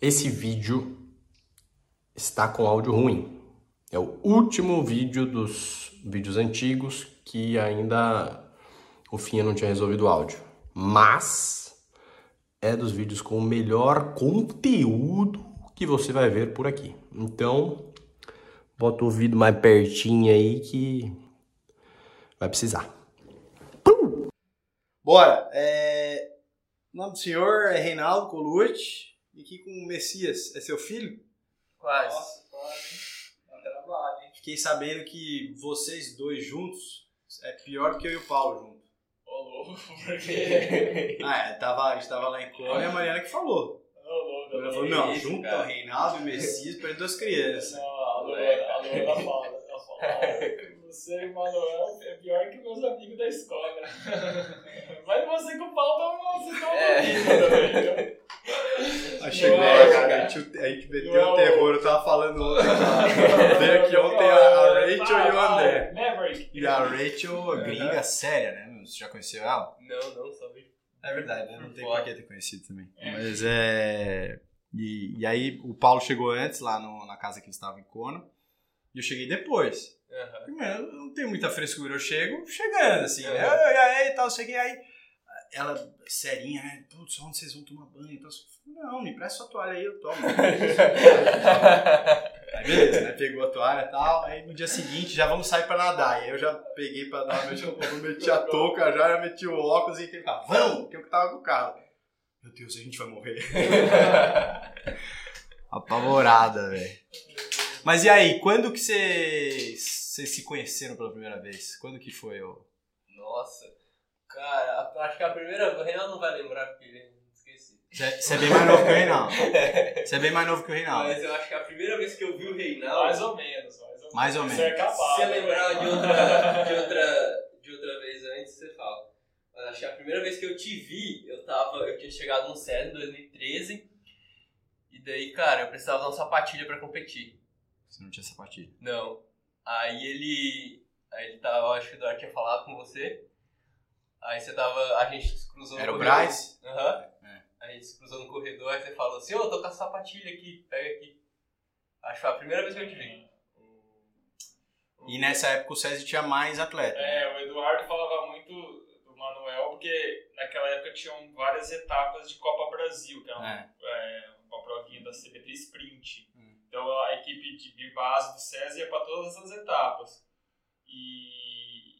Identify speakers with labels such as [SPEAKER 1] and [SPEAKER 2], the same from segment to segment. [SPEAKER 1] Esse vídeo está com áudio ruim. É o último vídeo dos vídeos antigos que ainda o Finha não tinha resolvido o áudio. Mas é dos vídeos com o melhor conteúdo que você vai ver por aqui. Então, bota o ouvido mais pertinho aí que vai precisar.
[SPEAKER 2] Bora! É... O nome do senhor é Reinaldo Colucci, e aqui com o Messias, é seu filho?
[SPEAKER 3] Quase. Tá
[SPEAKER 2] quase. trabalho, hein? Fiquei sabendo que vocês dois juntos é pior do que eu e o Paulo juntos.
[SPEAKER 3] Ô louco, por quê?
[SPEAKER 2] Ah, é, tava, a gente tava lá em Clone e a Mariana que falou.
[SPEAKER 3] Ô
[SPEAKER 4] É.
[SPEAKER 3] louco,
[SPEAKER 2] Ela
[SPEAKER 3] eu
[SPEAKER 2] falou,
[SPEAKER 3] que
[SPEAKER 2] não,
[SPEAKER 3] isso,
[SPEAKER 2] junta o
[SPEAKER 3] cara.
[SPEAKER 2] Reinaldo e o Messias para duas crianças.
[SPEAKER 3] Não, a Lua, a Lua tá da Paula. Ela falou, "Ah, Você e o Manuel é pior que meus amigos da escola. Mas você com o Paulo, vocês estão
[SPEAKER 4] É.
[SPEAKER 3] comigo também.
[SPEAKER 2] Achei que
[SPEAKER 3] Não,
[SPEAKER 2] é,
[SPEAKER 3] cara.
[SPEAKER 2] cara, a gente, a gente meteu
[SPEAKER 3] Não.
[SPEAKER 2] o terror, eu tava falando ontem. lá. Veio aqui ontem a, a Rachel e o André.
[SPEAKER 3] Maverick.
[SPEAKER 2] E a Rachel,
[SPEAKER 3] Uhum.
[SPEAKER 2] gringa séria, né? Você já conheceu ela?
[SPEAKER 4] Não, não, só vi.
[SPEAKER 2] É verdade, né? Não tem
[SPEAKER 4] Fora.
[SPEAKER 2] por que ter conhecido também. Mas é. E, e aí, o Paulo chegou antes lá no- na casa que eu estava em Cono. E eu cheguei depois.
[SPEAKER 4] Aham.
[SPEAKER 2] Primeiro, eu não tenho muita frescura. Eu chego chegando, assim, né?
[SPEAKER 4] Uhum.
[SPEAKER 2] Oi, aí e tal. Eu cheguei aí. Ela, serinha, né? Putz, onde vocês vão tomar banho? e tal? Eu falei, não, me presta sua toalha aí, eu tomo. Aí beleza, né? Pegou a toalha e tal. Aí no dia seguinte já vamos sair pra nadar. E aí eu já peguei pra nadar, meti, eu meti a touca já, já meti o óculos e entrei no carro. Vamos! Que eu que tava com o carro. Meu Deus, a gente vai morrer. Apavorada, velho. Mas e aí, quando que vocês vocês se conheceram pela primeira vez? Quando que foi? ô?
[SPEAKER 4] Nossa. Cara, a- acho que a primeira. O Reinaldo não vai lembrar porque ele esqueci.
[SPEAKER 2] Você é bem mais novo que o Reinaldo. Você é bem mais novo que o Reinaldo.
[SPEAKER 4] Mas eu acho que a primeira vez que eu vi o Reinaldo.
[SPEAKER 3] Mais ou menos, né? mais ou menos.
[SPEAKER 2] Mais ou
[SPEAKER 3] Isso é
[SPEAKER 2] menos.
[SPEAKER 3] capaz.
[SPEAKER 4] Se eu lembrar de outra, de outra, de outra vez antes, você fala. Mas acho que a primeira vez que eu te vi, eu tava, eu tinha chegado no CERN em 2013. E daí, cara, eu precisava dar uma sapatilha pra competir.
[SPEAKER 2] Você não tinha sapatilha.
[SPEAKER 4] Não. Aí ele. Aí ele tava, eu acho que o Eduardo tinha falado com você. Aí você tava. A gente se cruzou no
[SPEAKER 2] Era o
[SPEAKER 4] corredor.
[SPEAKER 2] Braz?
[SPEAKER 4] Aham.
[SPEAKER 2] É.
[SPEAKER 4] Aí A gente se cruzou no corredor, aí você falou assim, ô, eu tô com a sapatilha aqui, pega aqui. Acho que foi a primeira vez que eu te vi.
[SPEAKER 2] E nessa época o César tinha mais atleta. né?
[SPEAKER 3] É, o Eduardo falava muito do Manuel, porque naquela época tinham várias etapas de Copa Brasil, que era uma,
[SPEAKER 2] É.
[SPEAKER 3] é, uma provinha da CBT Sprint.
[SPEAKER 2] Hum.
[SPEAKER 3] Então a equipe de de base do César ia para todas essas etapas. E,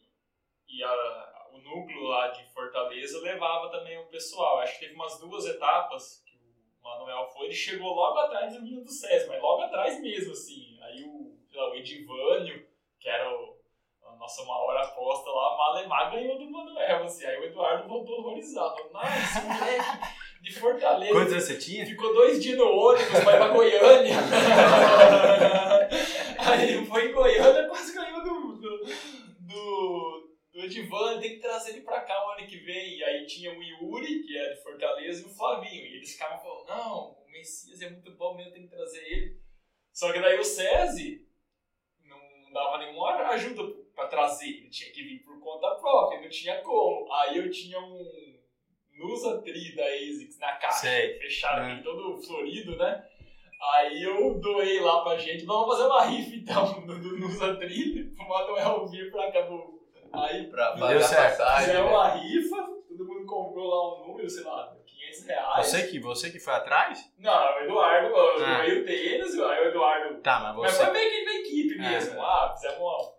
[SPEAKER 3] e a- o núcleo lá de Fortaleza levava também o pessoal. Acho que teve umas duas etapas que o Manuel foi, ele chegou logo atrás do menino do César, mas logo atrás mesmo, assim. Aí o, sei lá, o Edivânio, que era o a nossa maior aposta lá, Malemar ganhou do Manuel, assim. Aí o Eduardo voltou horrorizado. Falou, nossa, esse moleque de Fortaleza.
[SPEAKER 2] Quantos anos você tinha?
[SPEAKER 3] Ficou dois dias no ônibus, vai pra Goiânia. Aí foi em Goiânia, quase ganhou do, do, do, do Edivan. Tem que trazer ele pra cá o ano que vem. E aí tinha o Yuri, que é de Fortaleza, e o Flavinho. E eles ficavam falando: não, o Messias é muito bom mesmo, tem que trazer ele. Só que daí o SESI não dava nenhuma ajuda pra trazer. Ele tinha que vir por conta própria, não tinha como. Aí eu tinha um. Nusa Tri da ASICS na caixa
[SPEAKER 2] Sei.
[SPEAKER 3] fechado
[SPEAKER 2] É.
[SPEAKER 3] aqui, todo florido, né? Aí eu doei lá pra gente, vamos fazer uma rifa então do, do Nusa Trilha, o Manuel vir pra cá. no- Aí
[SPEAKER 4] Pra
[SPEAKER 2] Deu
[SPEAKER 4] pagar a
[SPEAKER 2] certo.
[SPEAKER 4] passagem.
[SPEAKER 3] fizeram
[SPEAKER 4] né?
[SPEAKER 3] uma rifa, todo mundo comprou lá um número, sei lá, 500 reais.
[SPEAKER 2] Você que, você que foi atrás?
[SPEAKER 3] Não, é o Eduardo, eu
[SPEAKER 2] Ah.
[SPEAKER 3] doei o tênis, aí o Eduardo
[SPEAKER 2] Tá, mas
[SPEAKER 3] mas
[SPEAKER 2] você.
[SPEAKER 3] foi meio que na equipe
[SPEAKER 2] Ah,
[SPEAKER 3] mesmo. Ah, fizemos uma,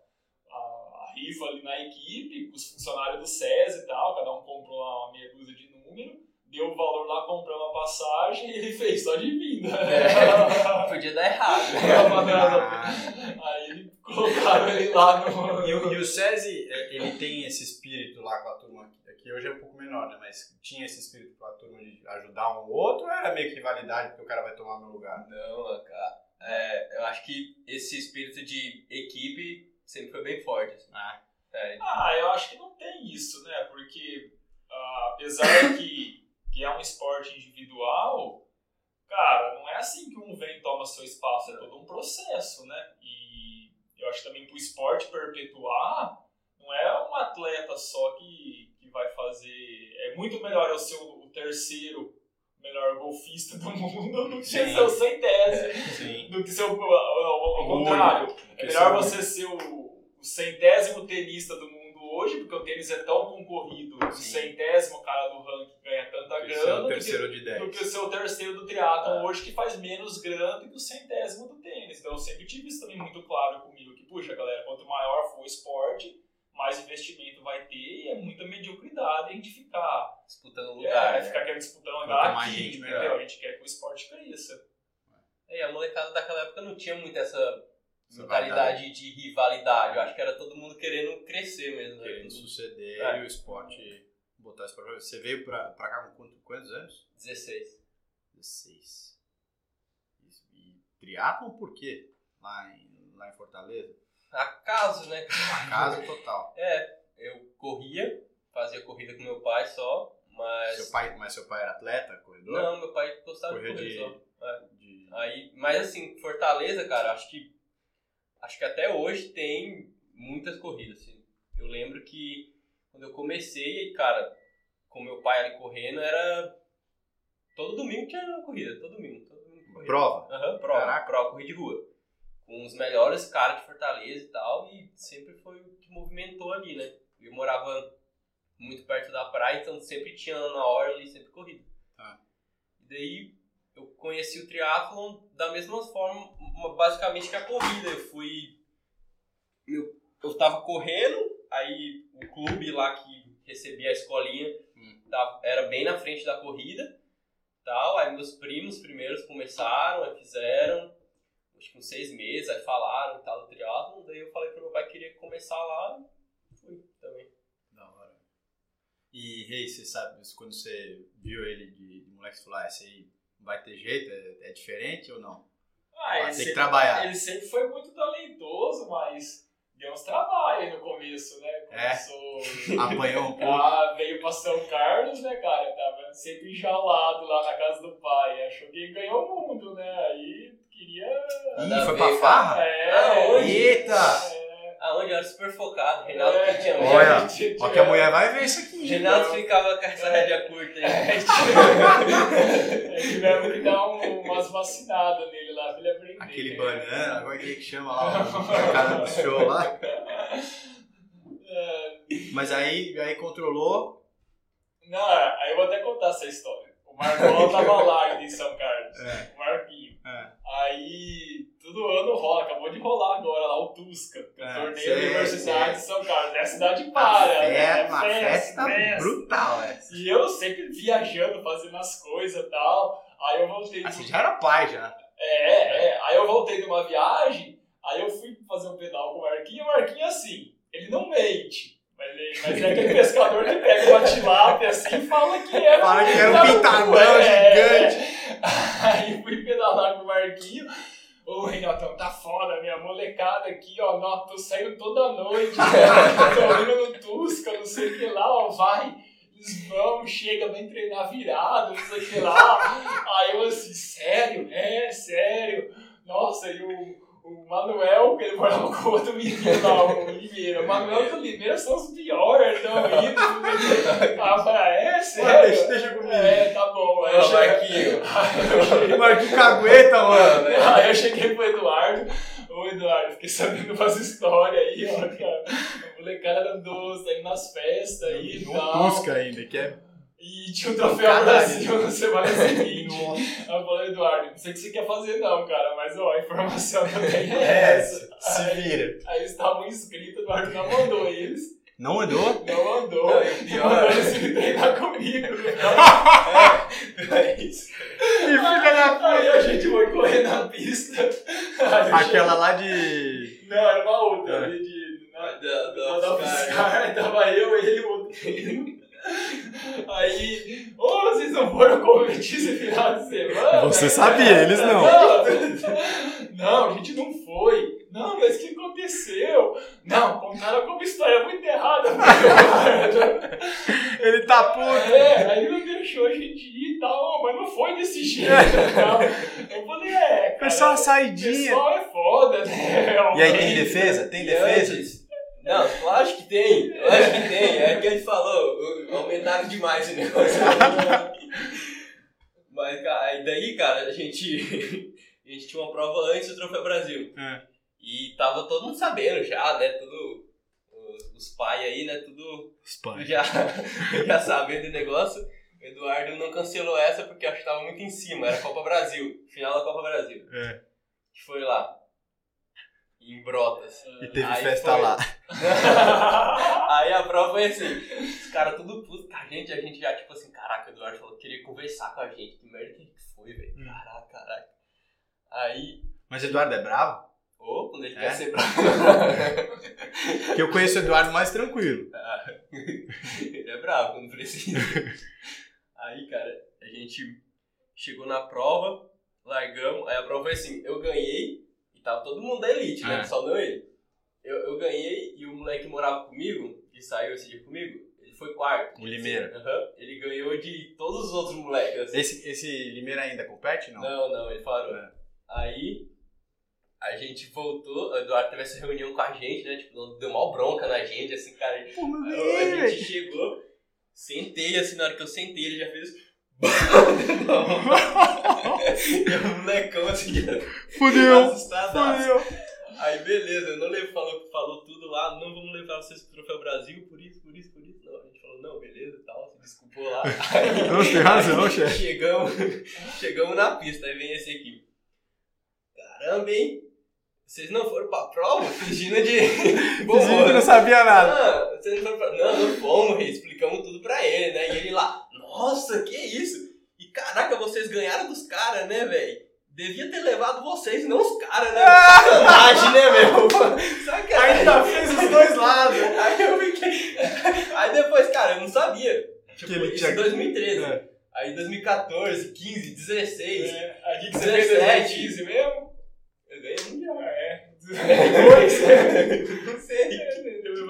[SPEAKER 3] a, a rifa ali na equipe, com os funcionários do SESI e tal, cada um comprou lá uma meia dúzia de número, deu o valor lá, comprou uma passagem e ele fez só de vinda.
[SPEAKER 4] Podia dar errado.
[SPEAKER 2] Ah,
[SPEAKER 3] Aí ele colocaram ele lá no.
[SPEAKER 2] e, o- e o SESI, é, ele tem esse espírito lá com a turma aqui. Aqui hoje é um pouco menor, né? Mas tinha esse espírito com a turma de ajudar um outro, ou era meio que rivalidade, porque o cara vai tomar meu lugar.
[SPEAKER 4] Não, cara. É, eu acho que esse espírito de equipe sempre foi bem forte. Assim.
[SPEAKER 2] Ah.
[SPEAKER 4] É,
[SPEAKER 3] Ah, eu acho que não tem isso, né? Porque ah, apesar que, que é um esporte individual, cara, não é assim que um vem e toma seu espaço, é todo um processo, né? E eu acho também pro esporte perpetuar, não é um atleta só que, que vai fazer. É muito melhor eu ser o, o terceiro melhor golfista do mundo do que
[SPEAKER 2] Sim.
[SPEAKER 3] ser o sem tese,
[SPEAKER 2] Sim.
[SPEAKER 3] do que ser o, o- o- o contrário. É melhor você ser o, o centésimo tenista do mundo hoje, porque o tênis é tão concorrido, o
[SPEAKER 2] Sim.
[SPEAKER 3] centésimo cara do ranking ganha tanta
[SPEAKER 2] Ser o
[SPEAKER 3] grana do que,
[SPEAKER 2] terceiro de
[SPEAKER 3] do que o
[SPEAKER 2] 10.
[SPEAKER 3] seu terceiro do triatlon
[SPEAKER 2] É.
[SPEAKER 3] hoje que faz menos grana do que o centésimo do tênis. Então eu sempre tive isso também muito claro comigo, que puxa galera, quanto maior for o esporte, mais investimento vai ter e é muita mediocridade em de ficar,
[SPEAKER 4] disputando o lugar.
[SPEAKER 3] é,
[SPEAKER 4] né?
[SPEAKER 3] ficar querendo disputar um
[SPEAKER 2] Quanto
[SPEAKER 3] lugar
[SPEAKER 2] mais
[SPEAKER 3] aqui,
[SPEAKER 2] gente,
[SPEAKER 3] entendeu?
[SPEAKER 2] melhor.
[SPEAKER 3] A gente quer que o esporte cresça.
[SPEAKER 4] É, a molecada daquela época não tinha muito essa
[SPEAKER 2] Essa
[SPEAKER 4] mentalidade de rivalidade. Eu acho que era todo mundo querendo crescer mesmo. né?
[SPEAKER 3] um
[SPEAKER 2] Querendo suceder
[SPEAKER 4] É.
[SPEAKER 2] e o esporte botar isso pra fora. Você veio pra, pra cá com quanto- quantos anos?
[SPEAKER 4] 16.
[SPEAKER 2] 16. Isso. E triatlon por quê? Lá em, lá em Fortaleza?
[SPEAKER 4] Acaso, né?
[SPEAKER 2] Casa total.
[SPEAKER 4] É, eu corria, fazia corrida com meu pai só, mas.
[SPEAKER 2] Seu pai, mas seu pai era atleta, corredor?
[SPEAKER 4] Não, é. meu pai gostava
[SPEAKER 2] Corria
[SPEAKER 4] de correr
[SPEAKER 2] de-
[SPEAKER 4] só.
[SPEAKER 2] De-
[SPEAKER 4] Aí, mas assim, Fortaleza, cara, acho que acho que até hoje tem muitas corridas. assim. Eu lembro que quando eu comecei, cara, com meu pai ali correndo, era todo domingo tinha uma corrida, todo domingo, todo domingo corrida.
[SPEAKER 2] Prova?
[SPEAKER 4] Aham, prova,
[SPEAKER 2] Caraca.
[SPEAKER 4] prova, corrida de rua. Com os melhores caras de Fortaleza e tal, e sempre foi o que movimentou ali, né? Eu morava muito perto da praia, então sempre tinha na hora ali, sempre corrida.
[SPEAKER 2] Tá.
[SPEAKER 4] E daí eu conheci o triatlon da mesma forma, uma- basicamente que a corrida. Eu fui. Eu, eu tava correndo, aí o clube lá que recebia a escolinha
[SPEAKER 2] Hum.
[SPEAKER 4] tava- era bem na frente da corrida tal. Aí meus primos primeiros começaram, aí fizeram, acho que uns seis meses, aí falaram e tal do triatlon. Daí eu falei pro meu pai que queria começar lá e fui também.
[SPEAKER 2] Da hora. E, Rei, você sabe, isso quando você viu ele de, de moleque, você falou, ah, esse aí vai ter jeito? É, é diferente ou não?
[SPEAKER 3] Ah,
[SPEAKER 2] Ah,
[SPEAKER 3] ele,
[SPEAKER 2] tem que
[SPEAKER 3] sempre,
[SPEAKER 2] trabalhar.
[SPEAKER 3] ele sempre foi muito talentoso, mas deu uns trabalhos no começo, né?
[SPEAKER 2] É.
[SPEAKER 3] Começou.
[SPEAKER 2] Apanhou um pouco.
[SPEAKER 3] Ah, veio pra São Carlos, né, cara? Tava sempre enjaulado lá na casa do pai. Achou que ganhou o mundo, né? Aí queria.
[SPEAKER 2] Ih,
[SPEAKER 4] nada
[SPEAKER 2] foi
[SPEAKER 4] a
[SPEAKER 2] pra
[SPEAKER 4] ver,
[SPEAKER 2] farra?
[SPEAKER 3] É,
[SPEAKER 4] Ah, hoje?
[SPEAKER 2] Eita!
[SPEAKER 4] Aonde eu era Ah, super focado,
[SPEAKER 3] é,
[SPEAKER 4] Reinaldo que tinha
[SPEAKER 2] Olha,
[SPEAKER 4] medo.
[SPEAKER 2] Ó que a mulher vai ver isso aqui.
[SPEAKER 4] Reinaldo ficava com essa rédea curta aí.
[SPEAKER 3] Tivemos que dar um- umas vacinadas nele lá pra ele aprender.
[SPEAKER 2] Aquele
[SPEAKER 3] né?
[SPEAKER 2] banana, agora aquele que chama lá, o cara do show lá.
[SPEAKER 3] É,
[SPEAKER 2] Mas aí, aí controlou.
[SPEAKER 3] Não, é, aí eu vou até contar essa história. O Marcola tava lá em São Carlos,
[SPEAKER 2] É.
[SPEAKER 3] o Marquinho.
[SPEAKER 2] É.
[SPEAKER 3] Aí, todo ano rola, acabou de rolar agora lá o Tusca, que é o
[SPEAKER 2] É,
[SPEAKER 3] torneio
[SPEAKER 2] sei,
[SPEAKER 3] da Universidade
[SPEAKER 2] sei.
[SPEAKER 3] de São Carlos. É a cidade
[SPEAKER 2] Uma
[SPEAKER 3] para, né?
[SPEAKER 2] fe- uma festa, brutal, é.
[SPEAKER 3] E eu sempre viajando, fazendo as coisas e tal. Aí eu voltei.
[SPEAKER 2] Ah,
[SPEAKER 3] do-
[SPEAKER 2] você já era pai já.
[SPEAKER 3] é, é. Aí eu voltei de uma viagem, aí eu fui fazer um pedal com o Marquinho, e o Marquinho assim, ele não mente. Mas, ele- mas é aquele pescador que pega uma tilápia assim e fala que é.
[SPEAKER 2] Fala que era um
[SPEAKER 3] Não,
[SPEAKER 2] pintadão
[SPEAKER 3] é,
[SPEAKER 2] gigante.
[SPEAKER 3] Aí fui pedalar com o Marquinho. Ô Renatão, tá foda, minha molecada aqui, ó. Não, tô saindo toda noite, né? tô indo no Tusca, não sei o que lá, ó, vai. Eles vão, chega, vem treinar virado, não sei o que lá. Aí eu assim, sério? É, sério. Nossa, e o, o Manuel, que ele morava com outro menino lá, o Oliveira. O Manuel e o Oliveira são os piores, estão indo. Aí eu falei, é,
[SPEAKER 2] Ué,
[SPEAKER 3] sério?
[SPEAKER 2] deixa, deixa comigo.
[SPEAKER 3] É, tá bom. Aí eu
[SPEAKER 4] Ô,
[SPEAKER 3] cheguei,
[SPEAKER 4] Marquinho.
[SPEAKER 2] O Marquinhos cagueta, mano.
[SPEAKER 3] aí eu cheguei pro Eduardo. Ô, Eduardo, fiquei sabendo umas histórias aí, ó, cara. O molecada andou saindo nas festas aí e tal.
[SPEAKER 2] Busca ainda, que é.
[SPEAKER 3] E tinha um troféu
[SPEAKER 2] Caralho.
[SPEAKER 3] Brasil na semana seguinte. Aí eu falei, Eduardo, não sei o que você quer fazer não, cara, mas ó, a informação que eu tenho é
[SPEAKER 2] É,
[SPEAKER 3] essa.
[SPEAKER 2] se vira.
[SPEAKER 3] Aí eles estavam inscritos, o Eduardo não mandou eles.
[SPEAKER 2] Não andou?
[SPEAKER 3] Não mandou.
[SPEAKER 4] Não, e o pior- né?
[SPEAKER 3] mandou eles se treinar comigo. né?
[SPEAKER 4] É isso.
[SPEAKER 2] E fica na
[SPEAKER 3] Aí a gente foi correr na pista. Aí eu
[SPEAKER 2] Aquela lá de.
[SPEAKER 3] Não, era uma outra.
[SPEAKER 2] É.
[SPEAKER 3] De, de, na,
[SPEAKER 4] Da- da-
[SPEAKER 3] da UFSCar, tava eu, ele e o outro. Aí, ô, vocês não foram competir esse final de semana?
[SPEAKER 2] Você sabia, eles não.
[SPEAKER 3] Não, a gente não foi. Não, mas o que aconteceu? Não, contaram como história muito errada.
[SPEAKER 2] Ele tá puto.
[SPEAKER 3] É, aí não deixou a gente ir e tal, mas não foi desse jeito. tal. Eu falei, é, cara,
[SPEAKER 2] Foi só uma
[SPEAKER 3] o
[SPEAKER 2] saidinha.
[SPEAKER 3] pessoal é foda, né?
[SPEAKER 2] E aí, tem defesa? Tem
[SPEAKER 4] E
[SPEAKER 2] defesa?
[SPEAKER 4] antes- Não, lógico que tem, lógico que tem. É o que a gente falou, o- aumentaram demais o negócio. Aí daí, cara, a gente, a gente tinha uma prova antes do Troféu Brasil.
[SPEAKER 2] É.
[SPEAKER 4] E tava todo mundo sabendo já, né? Tudo. os- Os pais aí, né? Tudo
[SPEAKER 2] Espanha.
[SPEAKER 4] já, já sabendo do negócio. O Eduardo não cancelou essa porque acho que tava muito em cima. Era Copa Brasil. Final da Copa Brasil.
[SPEAKER 2] É.
[SPEAKER 4] Que foi lá. Em Brotas.
[SPEAKER 2] E teve
[SPEAKER 4] Aí
[SPEAKER 2] festa
[SPEAKER 4] foi.
[SPEAKER 2] lá.
[SPEAKER 4] Aí a prova foi assim, os caras tudo puto com a gente, a gente já tipo assim, caraca, o Eduardo falou que queria conversar com a gente, que merda que foi, velho,
[SPEAKER 2] Hum.
[SPEAKER 4] caraca, caraca. Aí,
[SPEAKER 2] Mas Eduardo é bravo?
[SPEAKER 4] ô, quando ele
[SPEAKER 2] É?
[SPEAKER 4] quer ser bravo,
[SPEAKER 2] Porque eu conheço o Eduardo mais tranquilo.
[SPEAKER 4] ele é bravo quando precisa. Aí, cara, a gente chegou na prova, largamos, aí a prova foi assim, eu ganhei, e tava todo mundo da elite, né,
[SPEAKER 2] É.
[SPEAKER 4] só não ele. Eu, eu ganhei, e o moleque que morava comigo, que saiu esse dia comigo, ele foi quarto.
[SPEAKER 2] O Limeira.
[SPEAKER 4] Aham, Ele ganhou de todos os outros moleques. assim.
[SPEAKER 2] Esse, esse Limeira ainda compete? Não.
[SPEAKER 4] Não, não, ele parou.
[SPEAKER 2] É.
[SPEAKER 4] Aí a gente voltou, o Eduardo teve essa reunião com a gente, né? Tipo, deu mal bronca na gente, assim, cara. Aí
[SPEAKER 2] Pô, meu
[SPEAKER 4] a gente chegou, sentei, assim, na hora que eu sentei, ele já fez. e o molecão assim,
[SPEAKER 2] Fudeu!
[SPEAKER 4] assustadaço.
[SPEAKER 2] Fudeu!
[SPEAKER 4] Aí beleza, eu não lembro, falou, falou tudo lá, não vamos levar vocês pro Troféu Brasil, por isso, por isso, por isso. Não, a gente falou, não, beleza e tal, se desculpou lá. Aí,
[SPEAKER 2] Não, tem razão,
[SPEAKER 4] aí
[SPEAKER 2] chefe.
[SPEAKER 4] Chegamos, chegamos na pista, aí vem esse aqui. Caramba, hein? Vocês não foram pra prova? Fingindo de
[SPEAKER 2] Esse gente
[SPEAKER 4] bobo.
[SPEAKER 2] não sabia nada.
[SPEAKER 4] Ah, vocês não foram pra... Não, não fomos, rei, explicamos tudo pra ele, né? E ele lá, nossa, que isso? E caraca, vocês ganharam dos caras, né, velho? Devia ter levado vocês, não os caras, né? Sacanagem,
[SPEAKER 2] é
[SPEAKER 4] né, meu? Sacanagem.
[SPEAKER 2] Ainda fez os dois lados.
[SPEAKER 4] é? Aí eu fiquei. Aí depois, cara, eu não sabia. Tipo,
[SPEAKER 2] Que ele
[SPEAKER 4] isso
[SPEAKER 2] tinha-
[SPEAKER 4] em 2013.
[SPEAKER 2] É.
[SPEAKER 4] Aí 2014, 15, 16.
[SPEAKER 3] É, a gente você fez
[SPEAKER 4] 17.
[SPEAKER 3] 2015 mesmo?
[SPEAKER 4] Eu ganhei um
[SPEAKER 3] Ah, É.
[SPEAKER 4] Depois? Não sei.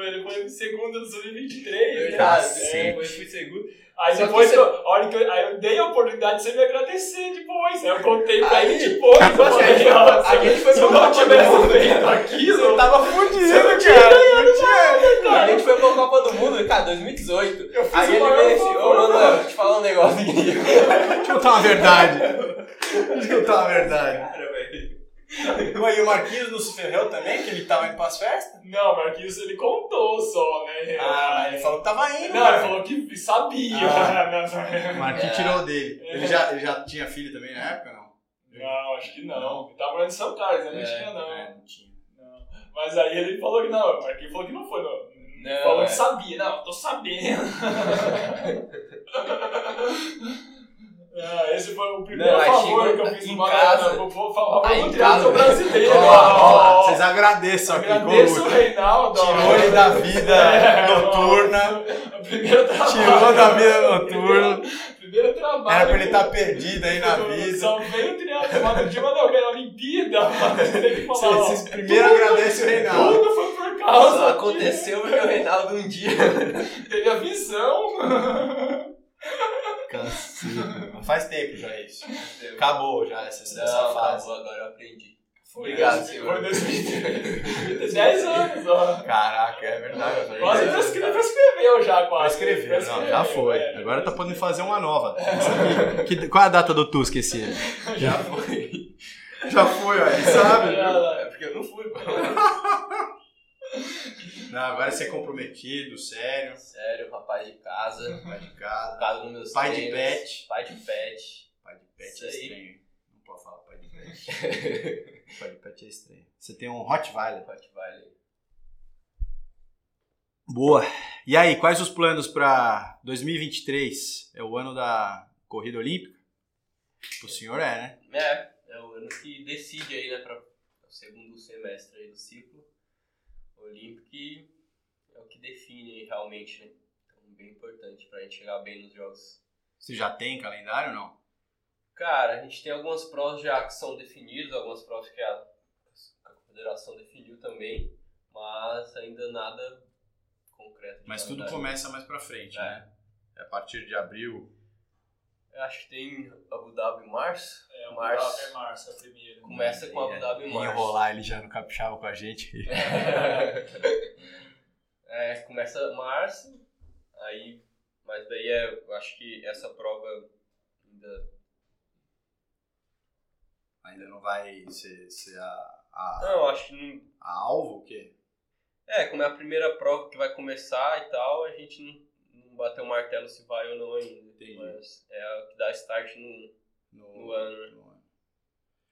[SPEAKER 3] Ele foi segundo do Sub-23. né?
[SPEAKER 4] Verdade,
[SPEAKER 2] Cacete.
[SPEAKER 4] é, depois fui segundo.
[SPEAKER 3] Aí
[SPEAKER 4] Só que
[SPEAKER 3] depois,
[SPEAKER 4] você-
[SPEAKER 3] eu, a hora que eu, aí eu dei a oportunidade de você me agradecer depois. Aí eu contei pra
[SPEAKER 4] Aí-
[SPEAKER 3] ele depois. eu
[SPEAKER 4] Tipo assim, a
[SPEAKER 3] falei,
[SPEAKER 4] gente-
[SPEAKER 3] "Nossa,
[SPEAKER 4] a gente foi
[SPEAKER 3] se eu
[SPEAKER 4] pra
[SPEAKER 3] não
[SPEAKER 4] Copa
[SPEAKER 3] tivesse
[SPEAKER 4] do Mundo,
[SPEAKER 3] feito aquilo,
[SPEAKER 2] Eu tava
[SPEAKER 4] tá
[SPEAKER 2] fudido,
[SPEAKER 3] Você não tinha
[SPEAKER 2] cara.
[SPEAKER 4] né?
[SPEAKER 2] Não tinha.
[SPEAKER 4] A gente foi pra Copa do Mundo, cara, 2018.
[SPEAKER 3] eu fiz
[SPEAKER 4] Aí
[SPEAKER 3] o
[SPEAKER 4] ele
[SPEAKER 3] maior
[SPEAKER 4] veio assim, ô
[SPEAKER 3] favor.
[SPEAKER 4] Manoel, deixa eu te falar um negócio aqui.
[SPEAKER 2] Deixa eu contar uma verdade. Deixa eu contar uma verdade.
[SPEAKER 4] Cara, velho.
[SPEAKER 2] Ué, e o Marquinhos não se ferreu também, que ele tava indo pras festas?
[SPEAKER 3] Não, Marquinhos, ele contou só, né?
[SPEAKER 2] Ah, mas ele falou que tava indo.
[SPEAKER 3] Não,
[SPEAKER 2] cara.
[SPEAKER 3] ele falou que sabia.
[SPEAKER 2] Ah.
[SPEAKER 3] Não,
[SPEAKER 2] O Marquinhos
[SPEAKER 4] É.
[SPEAKER 2] tirou dele. Ele já, ele já tinha filho também na época, não?
[SPEAKER 3] Não, acho que não. Ele tava morando em São Carlos, né? não
[SPEAKER 4] É,
[SPEAKER 3] tinha, não.
[SPEAKER 2] É, não tinha.
[SPEAKER 3] Mas aí ele falou que não, o Marquinhos falou que não foi. Não.
[SPEAKER 4] Não,
[SPEAKER 3] falou
[SPEAKER 4] é.
[SPEAKER 3] que sabia, não, tô sabendo. Ah, esse foi o primeiro
[SPEAKER 4] Não, aí
[SPEAKER 3] favor
[SPEAKER 4] chegou
[SPEAKER 3] que eu
[SPEAKER 4] em
[SPEAKER 3] fiz no
[SPEAKER 4] casa-
[SPEAKER 3] Maracanã. Vou vou falar
[SPEAKER 4] aí
[SPEAKER 3] pro
[SPEAKER 4] em
[SPEAKER 3] teatro
[SPEAKER 4] casa-
[SPEAKER 3] brasileiro.
[SPEAKER 2] Ó,
[SPEAKER 3] ó,
[SPEAKER 2] ó,
[SPEAKER 3] ó.
[SPEAKER 2] Vocês agradeçam aqui,
[SPEAKER 3] Agradeço o
[SPEAKER 2] Golucci.
[SPEAKER 3] Reinaldo. ó.
[SPEAKER 2] Tirou ele da vida
[SPEAKER 3] É, ó.
[SPEAKER 2] noturna.
[SPEAKER 3] O Primeiro trabalho.
[SPEAKER 2] Tirou da vida noturna.
[SPEAKER 3] Primeiro trabalho.
[SPEAKER 2] Era pra ele tá
[SPEAKER 3] que-
[SPEAKER 2] estar perdido aí na
[SPEAKER 3] Eu
[SPEAKER 2] vida.
[SPEAKER 3] Só veio triângulo, mas no dia quando eu ganhei a Olimpíada, mano, você teve que falar, ó,
[SPEAKER 2] Vocês primeiro agradecem o Reinaldo.
[SPEAKER 3] Tudo foi por causa.
[SPEAKER 4] Só aconteceu porque o Reinaldo um dia.
[SPEAKER 3] de- Teve a visão.
[SPEAKER 2] Cacete. Faz tempo já isso. Acabou já essa, essa
[SPEAKER 4] Não,
[SPEAKER 2] fase.
[SPEAKER 4] acabou, agora eu aprendi.
[SPEAKER 3] Foi
[SPEAKER 4] Obrigado,
[SPEAKER 3] dois-
[SPEAKER 4] senhor.
[SPEAKER 3] Foi 2003. 10 anos, ó.
[SPEAKER 2] Caraca, é verdade. eu falei,
[SPEAKER 3] Quase
[SPEAKER 2] né?
[SPEAKER 3] prescreveu, prescreveu já, quase.
[SPEAKER 2] Prescreveu, não, já foi.
[SPEAKER 3] é.
[SPEAKER 2] Agora tá podendo fazer uma nova. Essa aqui- que- qual é a data do Tu? Esqueci.
[SPEAKER 4] Já foi.
[SPEAKER 2] Já foi, ué, sabe?
[SPEAKER 4] É porque eu não fui, pô.
[SPEAKER 2] Não, agora você é comprometido, sério,
[SPEAKER 4] Sério, rapaz de casa.
[SPEAKER 2] pai de casa,
[SPEAKER 4] Focado nos meus
[SPEAKER 2] pai de
[SPEAKER 4] treinos.
[SPEAKER 2] pet.
[SPEAKER 4] Pai de pet.
[SPEAKER 2] Pai de é
[SPEAKER 4] Isso aí.
[SPEAKER 2] estranho. Não pode falar pai de pet. pai de pet é estranho. Você tem um Rottweiler.
[SPEAKER 4] Rottweiler.
[SPEAKER 2] Boa. E aí, quais os planos pra 2023? É o ano da corrida olímpica? O senhor é, né?
[SPEAKER 4] É, é o ano que decide aí, né, para o segundo semestre aí do ciclo olímpico, que é o que define aí realmente, né? Então, bem importante pra gente chegar bem nos jogos.
[SPEAKER 2] Você já tem calendário ou não?
[SPEAKER 4] Cara, a gente tem algumas provas já que são definidas, algumas provas que a, que a confederação definiu também, mas ainda nada concreto. de
[SPEAKER 2] Mas tudo
[SPEAKER 4] calendário.
[SPEAKER 2] começa mais pra frente,
[SPEAKER 4] É.
[SPEAKER 2] né? É a partir de abril.
[SPEAKER 4] Eu acho que tem Abu Dhabi em março.
[SPEAKER 3] É, o
[SPEAKER 4] Março.
[SPEAKER 3] Março. É março, a primeira.
[SPEAKER 2] é
[SPEAKER 4] Começa com Abu Dhabi em março.
[SPEAKER 2] Enrolar ele já no capixaba com a gente.
[SPEAKER 4] É, começa março, aí, mas daí é, eu acho que essa prova ainda
[SPEAKER 2] Ainda não vai ser, ser a, a,
[SPEAKER 4] Não, acho que não.
[SPEAKER 2] a alvo, o quê?
[SPEAKER 4] É, como é a primeira prova que vai começar e tal, a gente não, não bateu o martelo se vai ou não ainda.
[SPEAKER 2] Entendi.
[SPEAKER 4] Mas é o que dá start no,
[SPEAKER 2] No,
[SPEAKER 4] no
[SPEAKER 3] né?
[SPEAKER 4] ano.
[SPEAKER 2] no ano.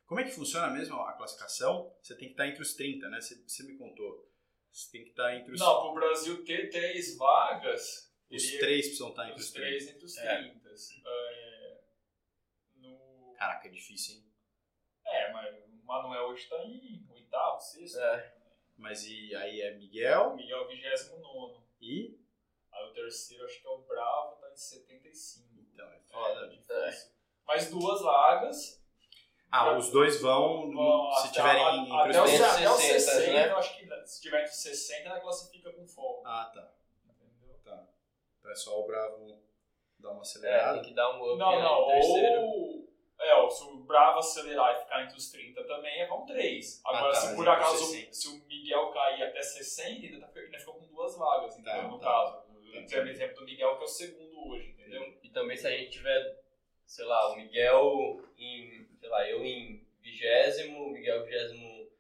[SPEAKER 2] Como é que funciona mesmo a classificação? Você tem que estar entre os 30, né? Você, você me contou. Você tem que estar entre os,
[SPEAKER 3] Não, pro Brasil ter três vagas,
[SPEAKER 2] os
[SPEAKER 3] teria
[SPEAKER 2] três precisam estar entre
[SPEAKER 3] os
[SPEAKER 2] os 30.
[SPEAKER 3] três entre os
[SPEAKER 4] É.
[SPEAKER 3] 30. É, no...
[SPEAKER 2] Caraca, é difícil, hein?
[SPEAKER 3] é, mas o Manuel hoje tá em oitavo, sexto.
[SPEAKER 4] É.
[SPEAKER 2] Mas e aí é
[SPEAKER 3] O
[SPEAKER 2] Miguel
[SPEAKER 3] Miguel é o vigésimo nono.
[SPEAKER 2] e.
[SPEAKER 3] Aí o terceiro acho que é o Bravo, tá em 75.
[SPEAKER 2] Então, é
[SPEAKER 3] É,
[SPEAKER 2] foda.
[SPEAKER 3] difícil. Mais duas vagas.
[SPEAKER 2] Ah, os dois vão,
[SPEAKER 3] vão
[SPEAKER 2] se
[SPEAKER 3] até-
[SPEAKER 2] tiverem
[SPEAKER 3] a-
[SPEAKER 2] entre
[SPEAKER 3] até,
[SPEAKER 2] os
[SPEAKER 3] os
[SPEAKER 2] 30.
[SPEAKER 3] até
[SPEAKER 4] trinta.
[SPEAKER 3] os
[SPEAKER 4] 60,
[SPEAKER 3] 60,
[SPEAKER 4] né?
[SPEAKER 3] eu acho que se tiver entre os 60, ela classifica com folga.
[SPEAKER 2] Ah, tá.
[SPEAKER 3] entendeu?
[SPEAKER 2] Então é só o Bravo dar uma
[SPEAKER 4] É,
[SPEAKER 2] acelerada.
[SPEAKER 4] tem que dar um up
[SPEAKER 3] Não,
[SPEAKER 4] né,
[SPEAKER 3] não.
[SPEAKER 4] no terceiro.
[SPEAKER 3] Ou. É, ó, se o Bravo acelerar e ficar entre os 30 também, é vão 3.
[SPEAKER 2] Ah,
[SPEAKER 3] Agora,
[SPEAKER 2] tá,
[SPEAKER 3] se
[SPEAKER 2] mas
[SPEAKER 3] por
[SPEAKER 2] entre os
[SPEAKER 3] acaso
[SPEAKER 2] 60.
[SPEAKER 3] se o Miguel cair até 60, ainda, tá, ainda ficou com duas vagas, entendeu?
[SPEAKER 2] Tá,
[SPEAKER 3] no
[SPEAKER 2] tá.
[SPEAKER 3] caso.
[SPEAKER 2] Entendi.
[SPEAKER 3] Tem o exemplo do Miguel, que é o segundo hoje, entendeu?
[SPEAKER 4] E também se a gente tiver, sei lá, o Miguel em, sei lá, eu em vigésimo, o Miguel vigésimo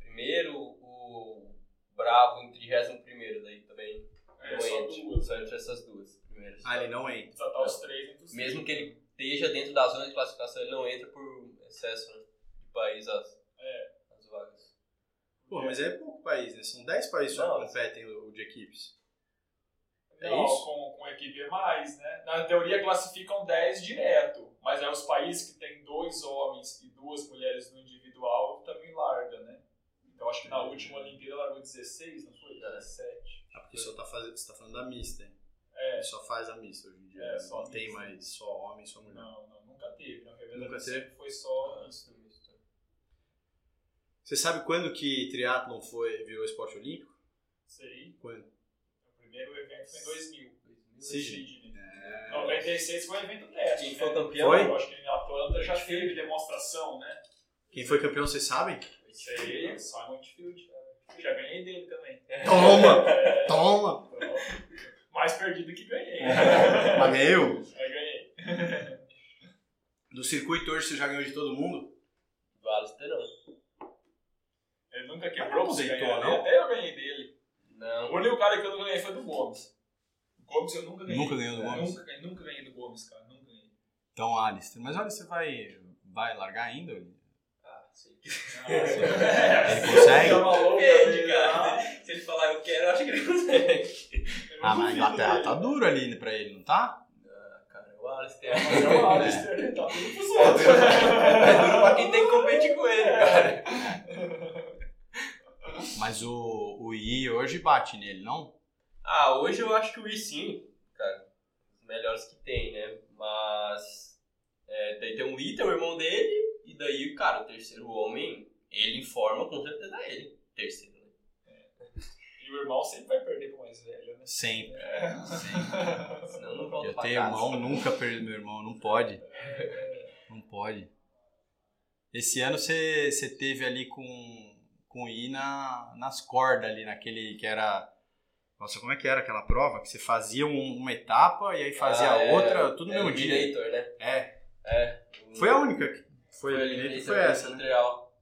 [SPEAKER 4] primeiro, o Bravo em trigésimo primeiro, daí também
[SPEAKER 3] É, só
[SPEAKER 4] doente.
[SPEAKER 3] duas.
[SPEAKER 4] Só entre essas duas
[SPEAKER 3] É.
[SPEAKER 4] primeiras.
[SPEAKER 2] Ah, ele não entra.
[SPEAKER 3] Só tá os três entre os 30.
[SPEAKER 4] Mesmo que ele esteja dentro da zona de classificação, ele não entra por excesso né, de país as,
[SPEAKER 3] É.
[SPEAKER 4] as vagas.
[SPEAKER 2] Pô, mas é pouco país, né? São 10 países só que
[SPEAKER 4] Não.
[SPEAKER 2] competem o de equipes. É
[SPEAKER 3] Não,
[SPEAKER 2] isso?
[SPEAKER 3] Com, com a equipe é mais, né? Na teoria classificam 10 direto, mas é os países que tem dois homens e duas mulheres no individual também larga, né? Então acho que na última Olimpíada largou 16, não foi? 17.
[SPEAKER 2] Ah, porque só tá fazendo, você tá falando da mista, hein?
[SPEAKER 3] É.
[SPEAKER 2] Só faz a mista hoje em dia.
[SPEAKER 3] É,
[SPEAKER 2] né?
[SPEAKER 3] só
[SPEAKER 2] não tem
[SPEAKER 3] mista.
[SPEAKER 2] mais só homem, só mulher.
[SPEAKER 3] Não, não, nunca teve. né? Na verdade,
[SPEAKER 2] Nunca
[SPEAKER 3] sempre Foi só isso.
[SPEAKER 2] Você sabe quando que triatlon foi, virou esporte olímpico?
[SPEAKER 3] Sei.
[SPEAKER 2] Quando?
[SPEAKER 3] O primeiro evento foi em 2000.
[SPEAKER 2] Sim.
[SPEAKER 3] Sydney. 96 foi o evento teste.
[SPEAKER 4] Quem
[SPEAKER 3] né?
[SPEAKER 4] foi campeão?
[SPEAKER 2] Foi?
[SPEAKER 3] Eu acho que em Atlanta já teve demonstração, né?
[SPEAKER 2] Quem foi campeão, vocês sabem?
[SPEAKER 3] Sei, Simon Field. né? Já ganhei dele também.
[SPEAKER 2] Toma! Toma!
[SPEAKER 3] Mais perdido que ganhei.
[SPEAKER 2] Mas ganhou?
[SPEAKER 3] Aí ganhei.
[SPEAKER 2] No circuito hoje você já ganhou de todo mundo?
[SPEAKER 4] Vários terão.
[SPEAKER 3] Ele nunca
[SPEAKER 2] Mas
[SPEAKER 3] quebrou
[SPEAKER 2] não
[SPEAKER 3] pra
[SPEAKER 2] deitou,
[SPEAKER 3] ganhar,
[SPEAKER 2] não?
[SPEAKER 3] né? Até eu ganhei dele. O
[SPEAKER 4] Não.
[SPEAKER 3] único cara que eu não ganhei foi do Gomes. O Gomes eu nunca ganhei. É,
[SPEAKER 1] Nunca ganhou do Gomes?
[SPEAKER 3] Nunca, ganhei- nunca ganhei do Gomes, cara. Nunca ganhei.
[SPEAKER 1] Então, Alistair. Mas olha, você vai, vai largar ainda?
[SPEAKER 4] Ah, sim.
[SPEAKER 1] Ele consegue?
[SPEAKER 3] Tava louco,
[SPEAKER 4] Pede,
[SPEAKER 3] né?
[SPEAKER 4] cara. Se ele falar eu quero, eu acho que ele consegue.
[SPEAKER 3] Eu
[SPEAKER 1] Ah, mas
[SPEAKER 3] não
[SPEAKER 1] a
[SPEAKER 3] duvido
[SPEAKER 1] Inglaterra
[SPEAKER 3] dele.
[SPEAKER 1] tá duro ali pra ele, não tá?
[SPEAKER 4] Ah, cara, o Alistair.
[SPEAKER 3] Mas é o Alistair, ele tá tudo pro
[SPEAKER 1] É
[SPEAKER 3] É. certo.
[SPEAKER 4] É duro pra quem tem que competir com ele, cara.
[SPEAKER 1] Mas o, o I hoje bate nele, não?
[SPEAKER 4] Ah, hoje eu acho que o Wii sim, cara. Os melhores que tem, né? Mas. É, daí tem o Ita, o irmão dele, e daí, cara, o terceiro homem, ele informa com certeza é ele. Terceiro, né?
[SPEAKER 3] E o irmão sempre vai perder pro mais velho, né? Tá,
[SPEAKER 1] Sempre.
[SPEAKER 4] Senão não volta
[SPEAKER 1] Eu
[SPEAKER 4] pra
[SPEAKER 1] tenho
[SPEAKER 4] casa.
[SPEAKER 1] irmão, nunca perdi meu irmão, não pode. Não pode. Esse ano você, você teve ali com, com o I na, nas cordas ali, naquele que era.
[SPEAKER 2] Nossa, como é que era aquela prova? Que você fazia um- uma etapa e aí fazia
[SPEAKER 4] Ah, é,
[SPEAKER 2] outra, tudo no
[SPEAKER 4] é,
[SPEAKER 2] mesmo
[SPEAKER 4] o
[SPEAKER 2] dia.
[SPEAKER 4] Eliminator, né?
[SPEAKER 2] É.
[SPEAKER 4] É. O-
[SPEAKER 2] Foi a única que foi,
[SPEAKER 4] é o
[SPEAKER 2] foi,
[SPEAKER 4] Eliminator
[SPEAKER 2] foi
[SPEAKER 4] de
[SPEAKER 2] essa, né?
[SPEAKER 4] Montreal.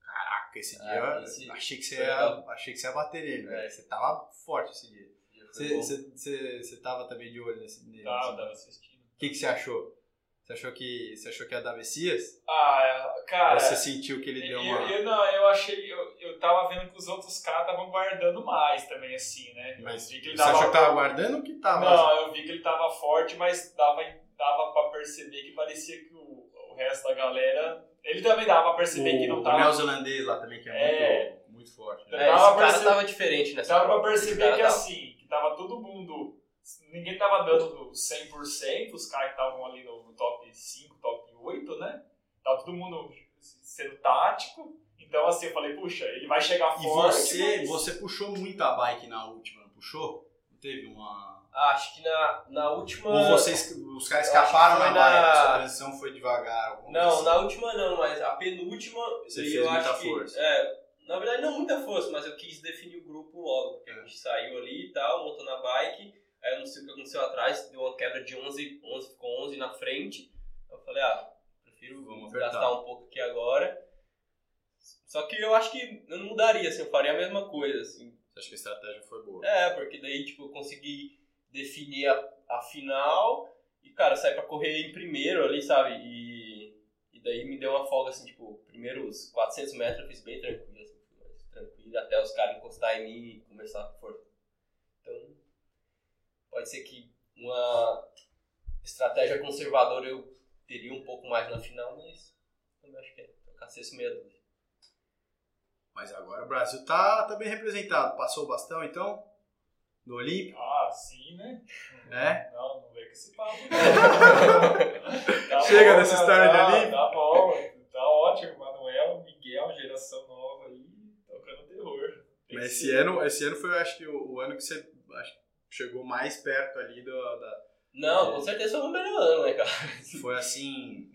[SPEAKER 2] Caraca, esse dia
[SPEAKER 4] Ah,
[SPEAKER 2] eu
[SPEAKER 4] esse-
[SPEAKER 2] achei, que você
[SPEAKER 4] foi
[SPEAKER 2] ia,
[SPEAKER 4] legal.
[SPEAKER 2] achei que você ia bater nele,
[SPEAKER 4] É.
[SPEAKER 2] velho. Você tava forte esse dia.
[SPEAKER 4] Foi
[SPEAKER 2] Você,
[SPEAKER 4] bom.
[SPEAKER 2] você, você, você tava também de olho nesse nele.
[SPEAKER 3] Tá,
[SPEAKER 2] assim.
[SPEAKER 3] tava assistindo.
[SPEAKER 2] O que, que você achou? Você achou que. Você achou que ia dar Messias?
[SPEAKER 3] Ah,
[SPEAKER 2] Ou
[SPEAKER 3] cara.
[SPEAKER 2] você sentiu que ele deu
[SPEAKER 3] Eu,
[SPEAKER 2] uma.
[SPEAKER 3] eu- não, eu achei. Eu, eu tava vendo que os outros caras estavam guardando mais também, assim, né?
[SPEAKER 2] Mas
[SPEAKER 3] vi que ele
[SPEAKER 2] Você achou que
[SPEAKER 3] dava-
[SPEAKER 2] tava guardando ou que tava? assim?
[SPEAKER 3] Não, eu vi que ele tava forte, mas dava, dava pra perceber que parecia que o, o resto da galera. Ele também dava pra perceber que não
[SPEAKER 2] O
[SPEAKER 3] tava.
[SPEAKER 2] neozelandês lá também, que é,
[SPEAKER 3] É.
[SPEAKER 2] Muito, muito forte.
[SPEAKER 4] É,
[SPEAKER 2] né?
[SPEAKER 4] esse
[SPEAKER 3] Dava
[SPEAKER 4] cara
[SPEAKER 3] pra perceber-
[SPEAKER 4] tava diferente nessa
[SPEAKER 3] Dava pra
[SPEAKER 4] prova. Esse
[SPEAKER 3] perceber
[SPEAKER 4] cara
[SPEAKER 3] que
[SPEAKER 4] tava.
[SPEAKER 3] assim, que tava todo mundo. Ninguém tava dando 100%, os caras que estavam ali no, no top 5, top 8, né? Tava todo mundo sendo tático. Então, assim, eu falei, puxa, ele vai chegar
[SPEAKER 2] E
[SPEAKER 3] forte. né?"
[SPEAKER 2] você,
[SPEAKER 3] mas-
[SPEAKER 2] você puxou muito a bike na última, não puxou? Não teve uma.
[SPEAKER 4] Ah, Acho que na, na última.
[SPEAKER 2] Ou vocês, os caras
[SPEAKER 4] Eu acho
[SPEAKER 2] escaparam
[SPEAKER 4] que
[SPEAKER 2] na
[SPEAKER 4] foi
[SPEAKER 2] bike,
[SPEAKER 4] na-
[SPEAKER 2] a sua transição foi devagar. alguma coisa
[SPEAKER 4] Não,
[SPEAKER 2] assim.
[SPEAKER 4] na última não, mas a penúltima
[SPEAKER 2] Você
[SPEAKER 4] daí
[SPEAKER 2] fez
[SPEAKER 4] eu
[SPEAKER 2] muita
[SPEAKER 4] acho que.
[SPEAKER 2] força.
[SPEAKER 4] É, na verdade não muita força, mas eu quis definir o grupo logo, porque
[SPEAKER 2] É.
[SPEAKER 4] a gente saiu ali e tal, montou na bike, aí eu não sei o que aconteceu atrás, deu uma quebra de 11, 11 ficou 11 na frente. Eu falei, ah, prefiro prefiro
[SPEAKER 2] Vamos apertar.
[SPEAKER 4] gastar um pouco aqui agora. Só que eu acho que eu não mudaria, assim, eu faria a mesma coisa, assim.
[SPEAKER 2] Acho que a estratégia foi boa.
[SPEAKER 4] É, porque daí, tipo, eu consegui definir a, a final e, cara, sair pra correr em primeiro ali, sabe? E, e daí me deu uma folga, assim, tipo, primeiros 400 metros eu fiz bem tranquilo, assim, fui mais tranquilo, até os caras encostar em mim e começar a força. Então, pode ser que uma estratégia conservadora eu teria um pouco mais na final, mas também acho que é. Eu cacei esse meia dúzia.
[SPEAKER 2] Mas agora o Brasil tá, tá bem representado. Passou o bastão, então? No Olímpico,
[SPEAKER 3] Ah, sim, né?
[SPEAKER 2] né?
[SPEAKER 3] Não, não vem com esse papo.
[SPEAKER 2] Chega dessa história de
[SPEAKER 3] ali.
[SPEAKER 2] alívio.
[SPEAKER 3] Tá bom, tá ótimo. Manuel, Miguel, geração nova aí, tocando terror. Tem
[SPEAKER 2] Mas é-
[SPEAKER 3] que
[SPEAKER 2] esse
[SPEAKER 3] ser.
[SPEAKER 2] ano, esse ano foi, eu acho que, o, o ano que você acho que chegou mais perto ali do, da...
[SPEAKER 4] Não, com certeza foi o melhor ano, né, cara?
[SPEAKER 2] Foi assim...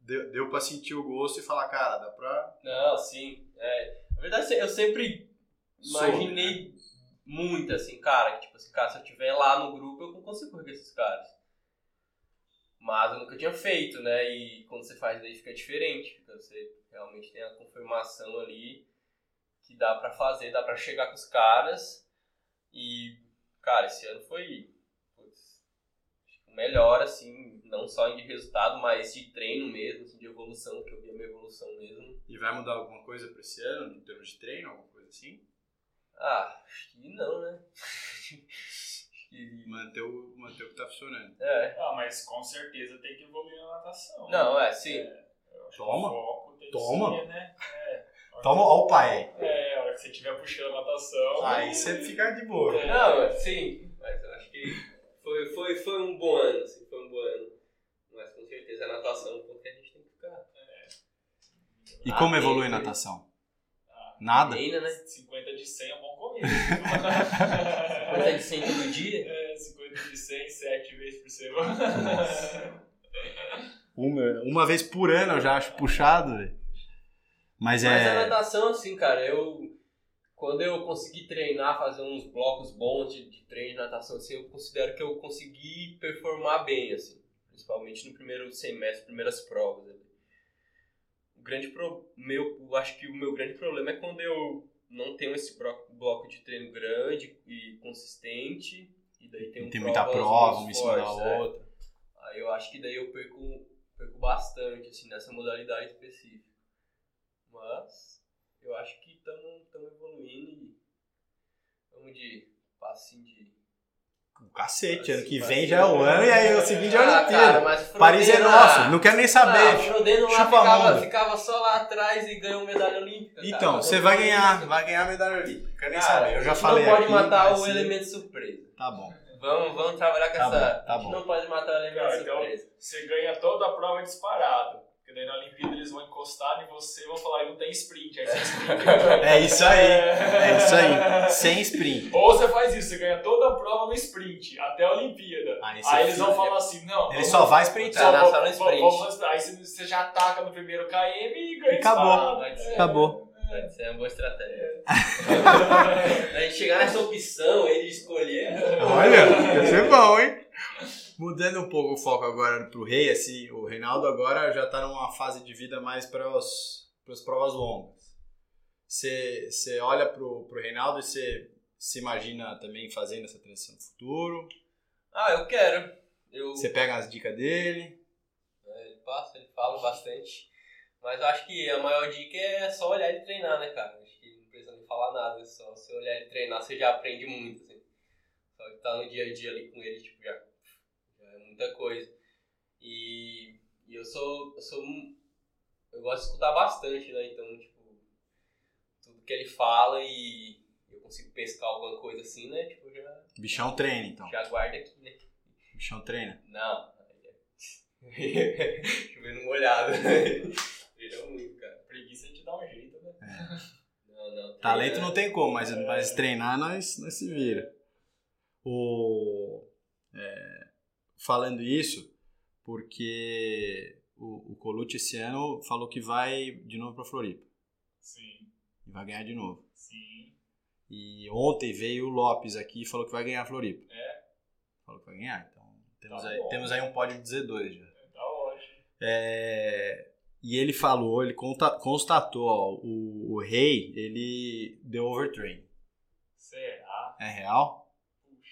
[SPEAKER 2] Deu, deu pra sentir o gosto e falar, cara, dá pra...
[SPEAKER 4] Não, sim. É. Na verdade, eu sempre
[SPEAKER 2] Soube,
[SPEAKER 4] imaginei muito, assim, cara, que, tipo, assim, cara, se eu estiver lá no grupo, eu não consigo correr com esses caras. Mas eu nunca tinha feito, né? E quando você faz daí fica diferente. Porque você realmente tem a confirmação ali que dá pra fazer, dá pra chegar com os caras. E, cara, esse ano foi putz, acho que o melhor, assim, não só de resultado, mas de treino mesmo, assim, de evolução, que eu vi a minha evolução mesmo.
[SPEAKER 2] né?" E vai mudar alguma coisa pra esse ano, em termos de treino, alguma coisa assim?
[SPEAKER 4] Ah, acho que não, né? Acho que-
[SPEAKER 2] Manter o, manter o que tá funcionando.
[SPEAKER 4] é.
[SPEAKER 3] Ah, mas com certeza tem que evoluir na natação.
[SPEAKER 4] Não, é, sim.
[SPEAKER 3] Eu acho que
[SPEAKER 2] Toma.
[SPEAKER 3] o foco tem que
[SPEAKER 2] Toma.
[SPEAKER 3] ser, né? É. A hora
[SPEAKER 2] Toma, ó o pai.
[SPEAKER 3] que- É, a hora que você estiver puxando a natação.
[SPEAKER 2] Aí você fica de boa.
[SPEAKER 3] É.
[SPEAKER 4] Não, é, sim. Mas eu acho que foi, foi, foi um bom ano, assim, foi um bom ano. Mas com certeza a natação é um ponto que a gente tem que ficar.
[SPEAKER 2] E como
[SPEAKER 4] Ah,
[SPEAKER 2] evolui
[SPEAKER 4] é,
[SPEAKER 2] natação?
[SPEAKER 3] Ah,
[SPEAKER 2] Nada?
[SPEAKER 4] Treina, né?
[SPEAKER 3] 50 de 100 é bom começo.
[SPEAKER 4] Coisa de 100 todo dia.
[SPEAKER 3] É, 50 de 100, 7 vezes por semana.
[SPEAKER 2] Uma, uma vez por ano eu já acho puxado, velho. Mas
[SPEAKER 4] Mas a
[SPEAKER 2] é.
[SPEAKER 4] natação, assim, cara, eu. Quando eu consegui treinar, fazer uns blocos bons de, de treino de natação, assim, eu considero que eu consegui performar bem, assim. Principalmente no primeiro semestre, primeiras provas. né? O grande pro... meu, eu acho que o meu grande problema é quando eu não tenho esse bro- bloco de treino grande e consistente. E daí tem, um
[SPEAKER 2] Tem muita
[SPEAKER 4] provas
[SPEAKER 2] prova,
[SPEAKER 4] muito
[SPEAKER 2] uma em cima da
[SPEAKER 4] fortes, é.
[SPEAKER 2] outra.
[SPEAKER 4] Aí eu acho que daí eu perco, perco bastante, assim, nessa modalidade específica. Mas eu acho que estamos evoluindo e vamos de passinho de.
[SPEAKER 2] O cacete, ano que
[SPEAKER 4] Assim,
[SPEAKER 2] vem
[SPEAKER 4] parece-
[SPEAKER 2] já é o ano e aí o seguinte é a
[SPEAKER 4] Ah,
[SPEAKER 2] Olimpíada.
[SPEAKER 4] mas Frodeno-
[SPEAKER 2] Paris é nosso, não quero nem
[SPEAKER 4] Ah,
[SPEAKER 2] saber.
[SPEAKER 4] Frodeno lá
[SPEAKER 2] Chupa a
[SPEAKER 4] ficava,
[SPEAKER 2] mão.
[SPEAKER 4] ficava só lá atrás e ganhou medalha olímpica. cara.
[SPEAKER 2] Então,
[SPEAKER 4] Nós
[SPEAKER 2] você
[SPEAKER 4] vamos
[SPEAKER 2] vai ganhar,
[SPEAKER 4] isso.
[SPEAKER 2] vai ganhar a medalha olímpica. Quero nem
[SPEAKER 4] Cara,
[SPEAKER 2] saber, eu
[SPEAKER 4] a
[SPEAKER 2] já
[SPEAKER 4] gente
[SPEAKER 2] falei
[SPEAKER 4] Não pode
[SPEAKER 2] aqui,
[SPEAKER 4] matar
[SPEAKER 2] mas
[SPEAKER 4] o
[SPEAKER 2] sim.
[SPEAKER 4] elemento surpresa.
[SPEAKER 2] Tá bom.
[SPEAKER 4] Vamos, vamos trabalhar com
[SPEAKER 2] Tá
[SPEAKER 4] essa.
[SPEAKER 2] bom, tá
[SPEAKER 4] a gente
[SPEAKER 2] bom.
[SPEAKER 4] não pode matar o elemento
[SPEAKER 3] Cara, então-
[SPEAKER 4] surpresa.
[SPEAKER 3] Você ganha toda a prova disparado. Porque daí na Olimpíada eles vão encostar em você e vão falar, "Aí não tem sprint. Aí você sprinta.
[SPEAKER 2] É isso aí, é isso aí. Sem sprint.
[SPEAKER 3] Ou você faz isso, você ganha toda a prova no sprint, até a Olimpíada.
[SPEAKER 2] Aí
[SPEAKER 3] Aí,
[SPEAKER 2] você
[SPEAKER 3] eles vão
[SPEAKER 2] fica-
[SPEAKER 3] falar assim, não,
[SPEAKER 2] Ele
[SPEAKER 3] vamos-
[SPEAKER 2] só vai
[SPEAKER 4] Tá
[SPEAKER 2] sprintar.
[SPEAKER 4] na
[SPEAKER 3] vamos-
[SPEAKER 4] sala no
[SPEAKER 3] vamos-
[SPEAKER 4] sprint.
[SPEAKER 3] vamos- aí você você já ataca no primeiro KM e ganha
[SPEAKER 2] E acabou.
[SPEAKER 3] disparado.
[SPEAKER 4] Pode ser.
[SPEAKER 2] Acabou.
[SPEAKER 4] Pode ser é uma boa estratégia. a gente chegar nessa opção aí de escolher.
[SPEAKER 2] Olha, ia ser bom, hein? Mudando um pouco o foco agora pro rei, assim, o Reinaldo agora já tá numa fase de vida mais para as provas longas. Você você olha pro, pro Reinaldo e você se imagina também fazendo essa transição no futuro?
[SPEAKER 4] Ah, eu quero. Eu
[SPEAKER 2] Você pega as dicas dele?
[SPEAKER 4] ele passa, ele fala bastante. Mas eu acho que a maior dica é só olhar ele treinar, né, cara? Acho que não precisa nem falar nada. é Só se olhar ele treinar, você já aprende muito, assim. Só que tá no dia a dia ali com ele, tipo, já, já é muita coisa. E, e eu sou. Eu sou um- Eu gosto de escutar bastante, né? Então, tipo, tudo que ele fala e eu consigo pescar alguma coisa assim, né? Tipo, já,
[SPEAKER 2] Bichão treina, então.
[SPEAKER 4] já guarda aqui, né?
[SPEAKER 2] Bichão treina.
[SPEAKER 4] Não. Chovendo molhado. Virou muito, cara.
[SPEAKER 3] Preguiça de dar um jeito, né?
[SPEAKER 4] Não, não.
[SPEAKER 2] É.
[SPEAKER 4] tá
[SPEAKER 2] Talento não tem como, mas, mas treinar nós, nós se vira. O, é, falando isso, porque o, o Colucci esse ano falou que vai de novo para Floripa.
[SPEAKER 3] Sim,
[SPEAKER 2] E vai ganhar de novo.
[SPEAKER 3] sim.
[SPEAKER 2] E ontem veio o Lopes aqui e falou que vai ganhar a Floripa. É? Falou que vai ganhar, então temos,
[SPEAKER 3] Tá
[SPEAKER 2] aí,
[SPEAKER 3] bom.
[SPEAKER 2] temos aí um pódio de Z2 já.
[SPEAKER 3] Tá ótimo.
[SPEAKER 2] É, e ele falou, ele conta- constatou, ó, o, o rei, ele deu overtrain.
[SPEAKER 3] Será?
[SPEAKER 2] É real?
[SPEAKER 3] Puxa,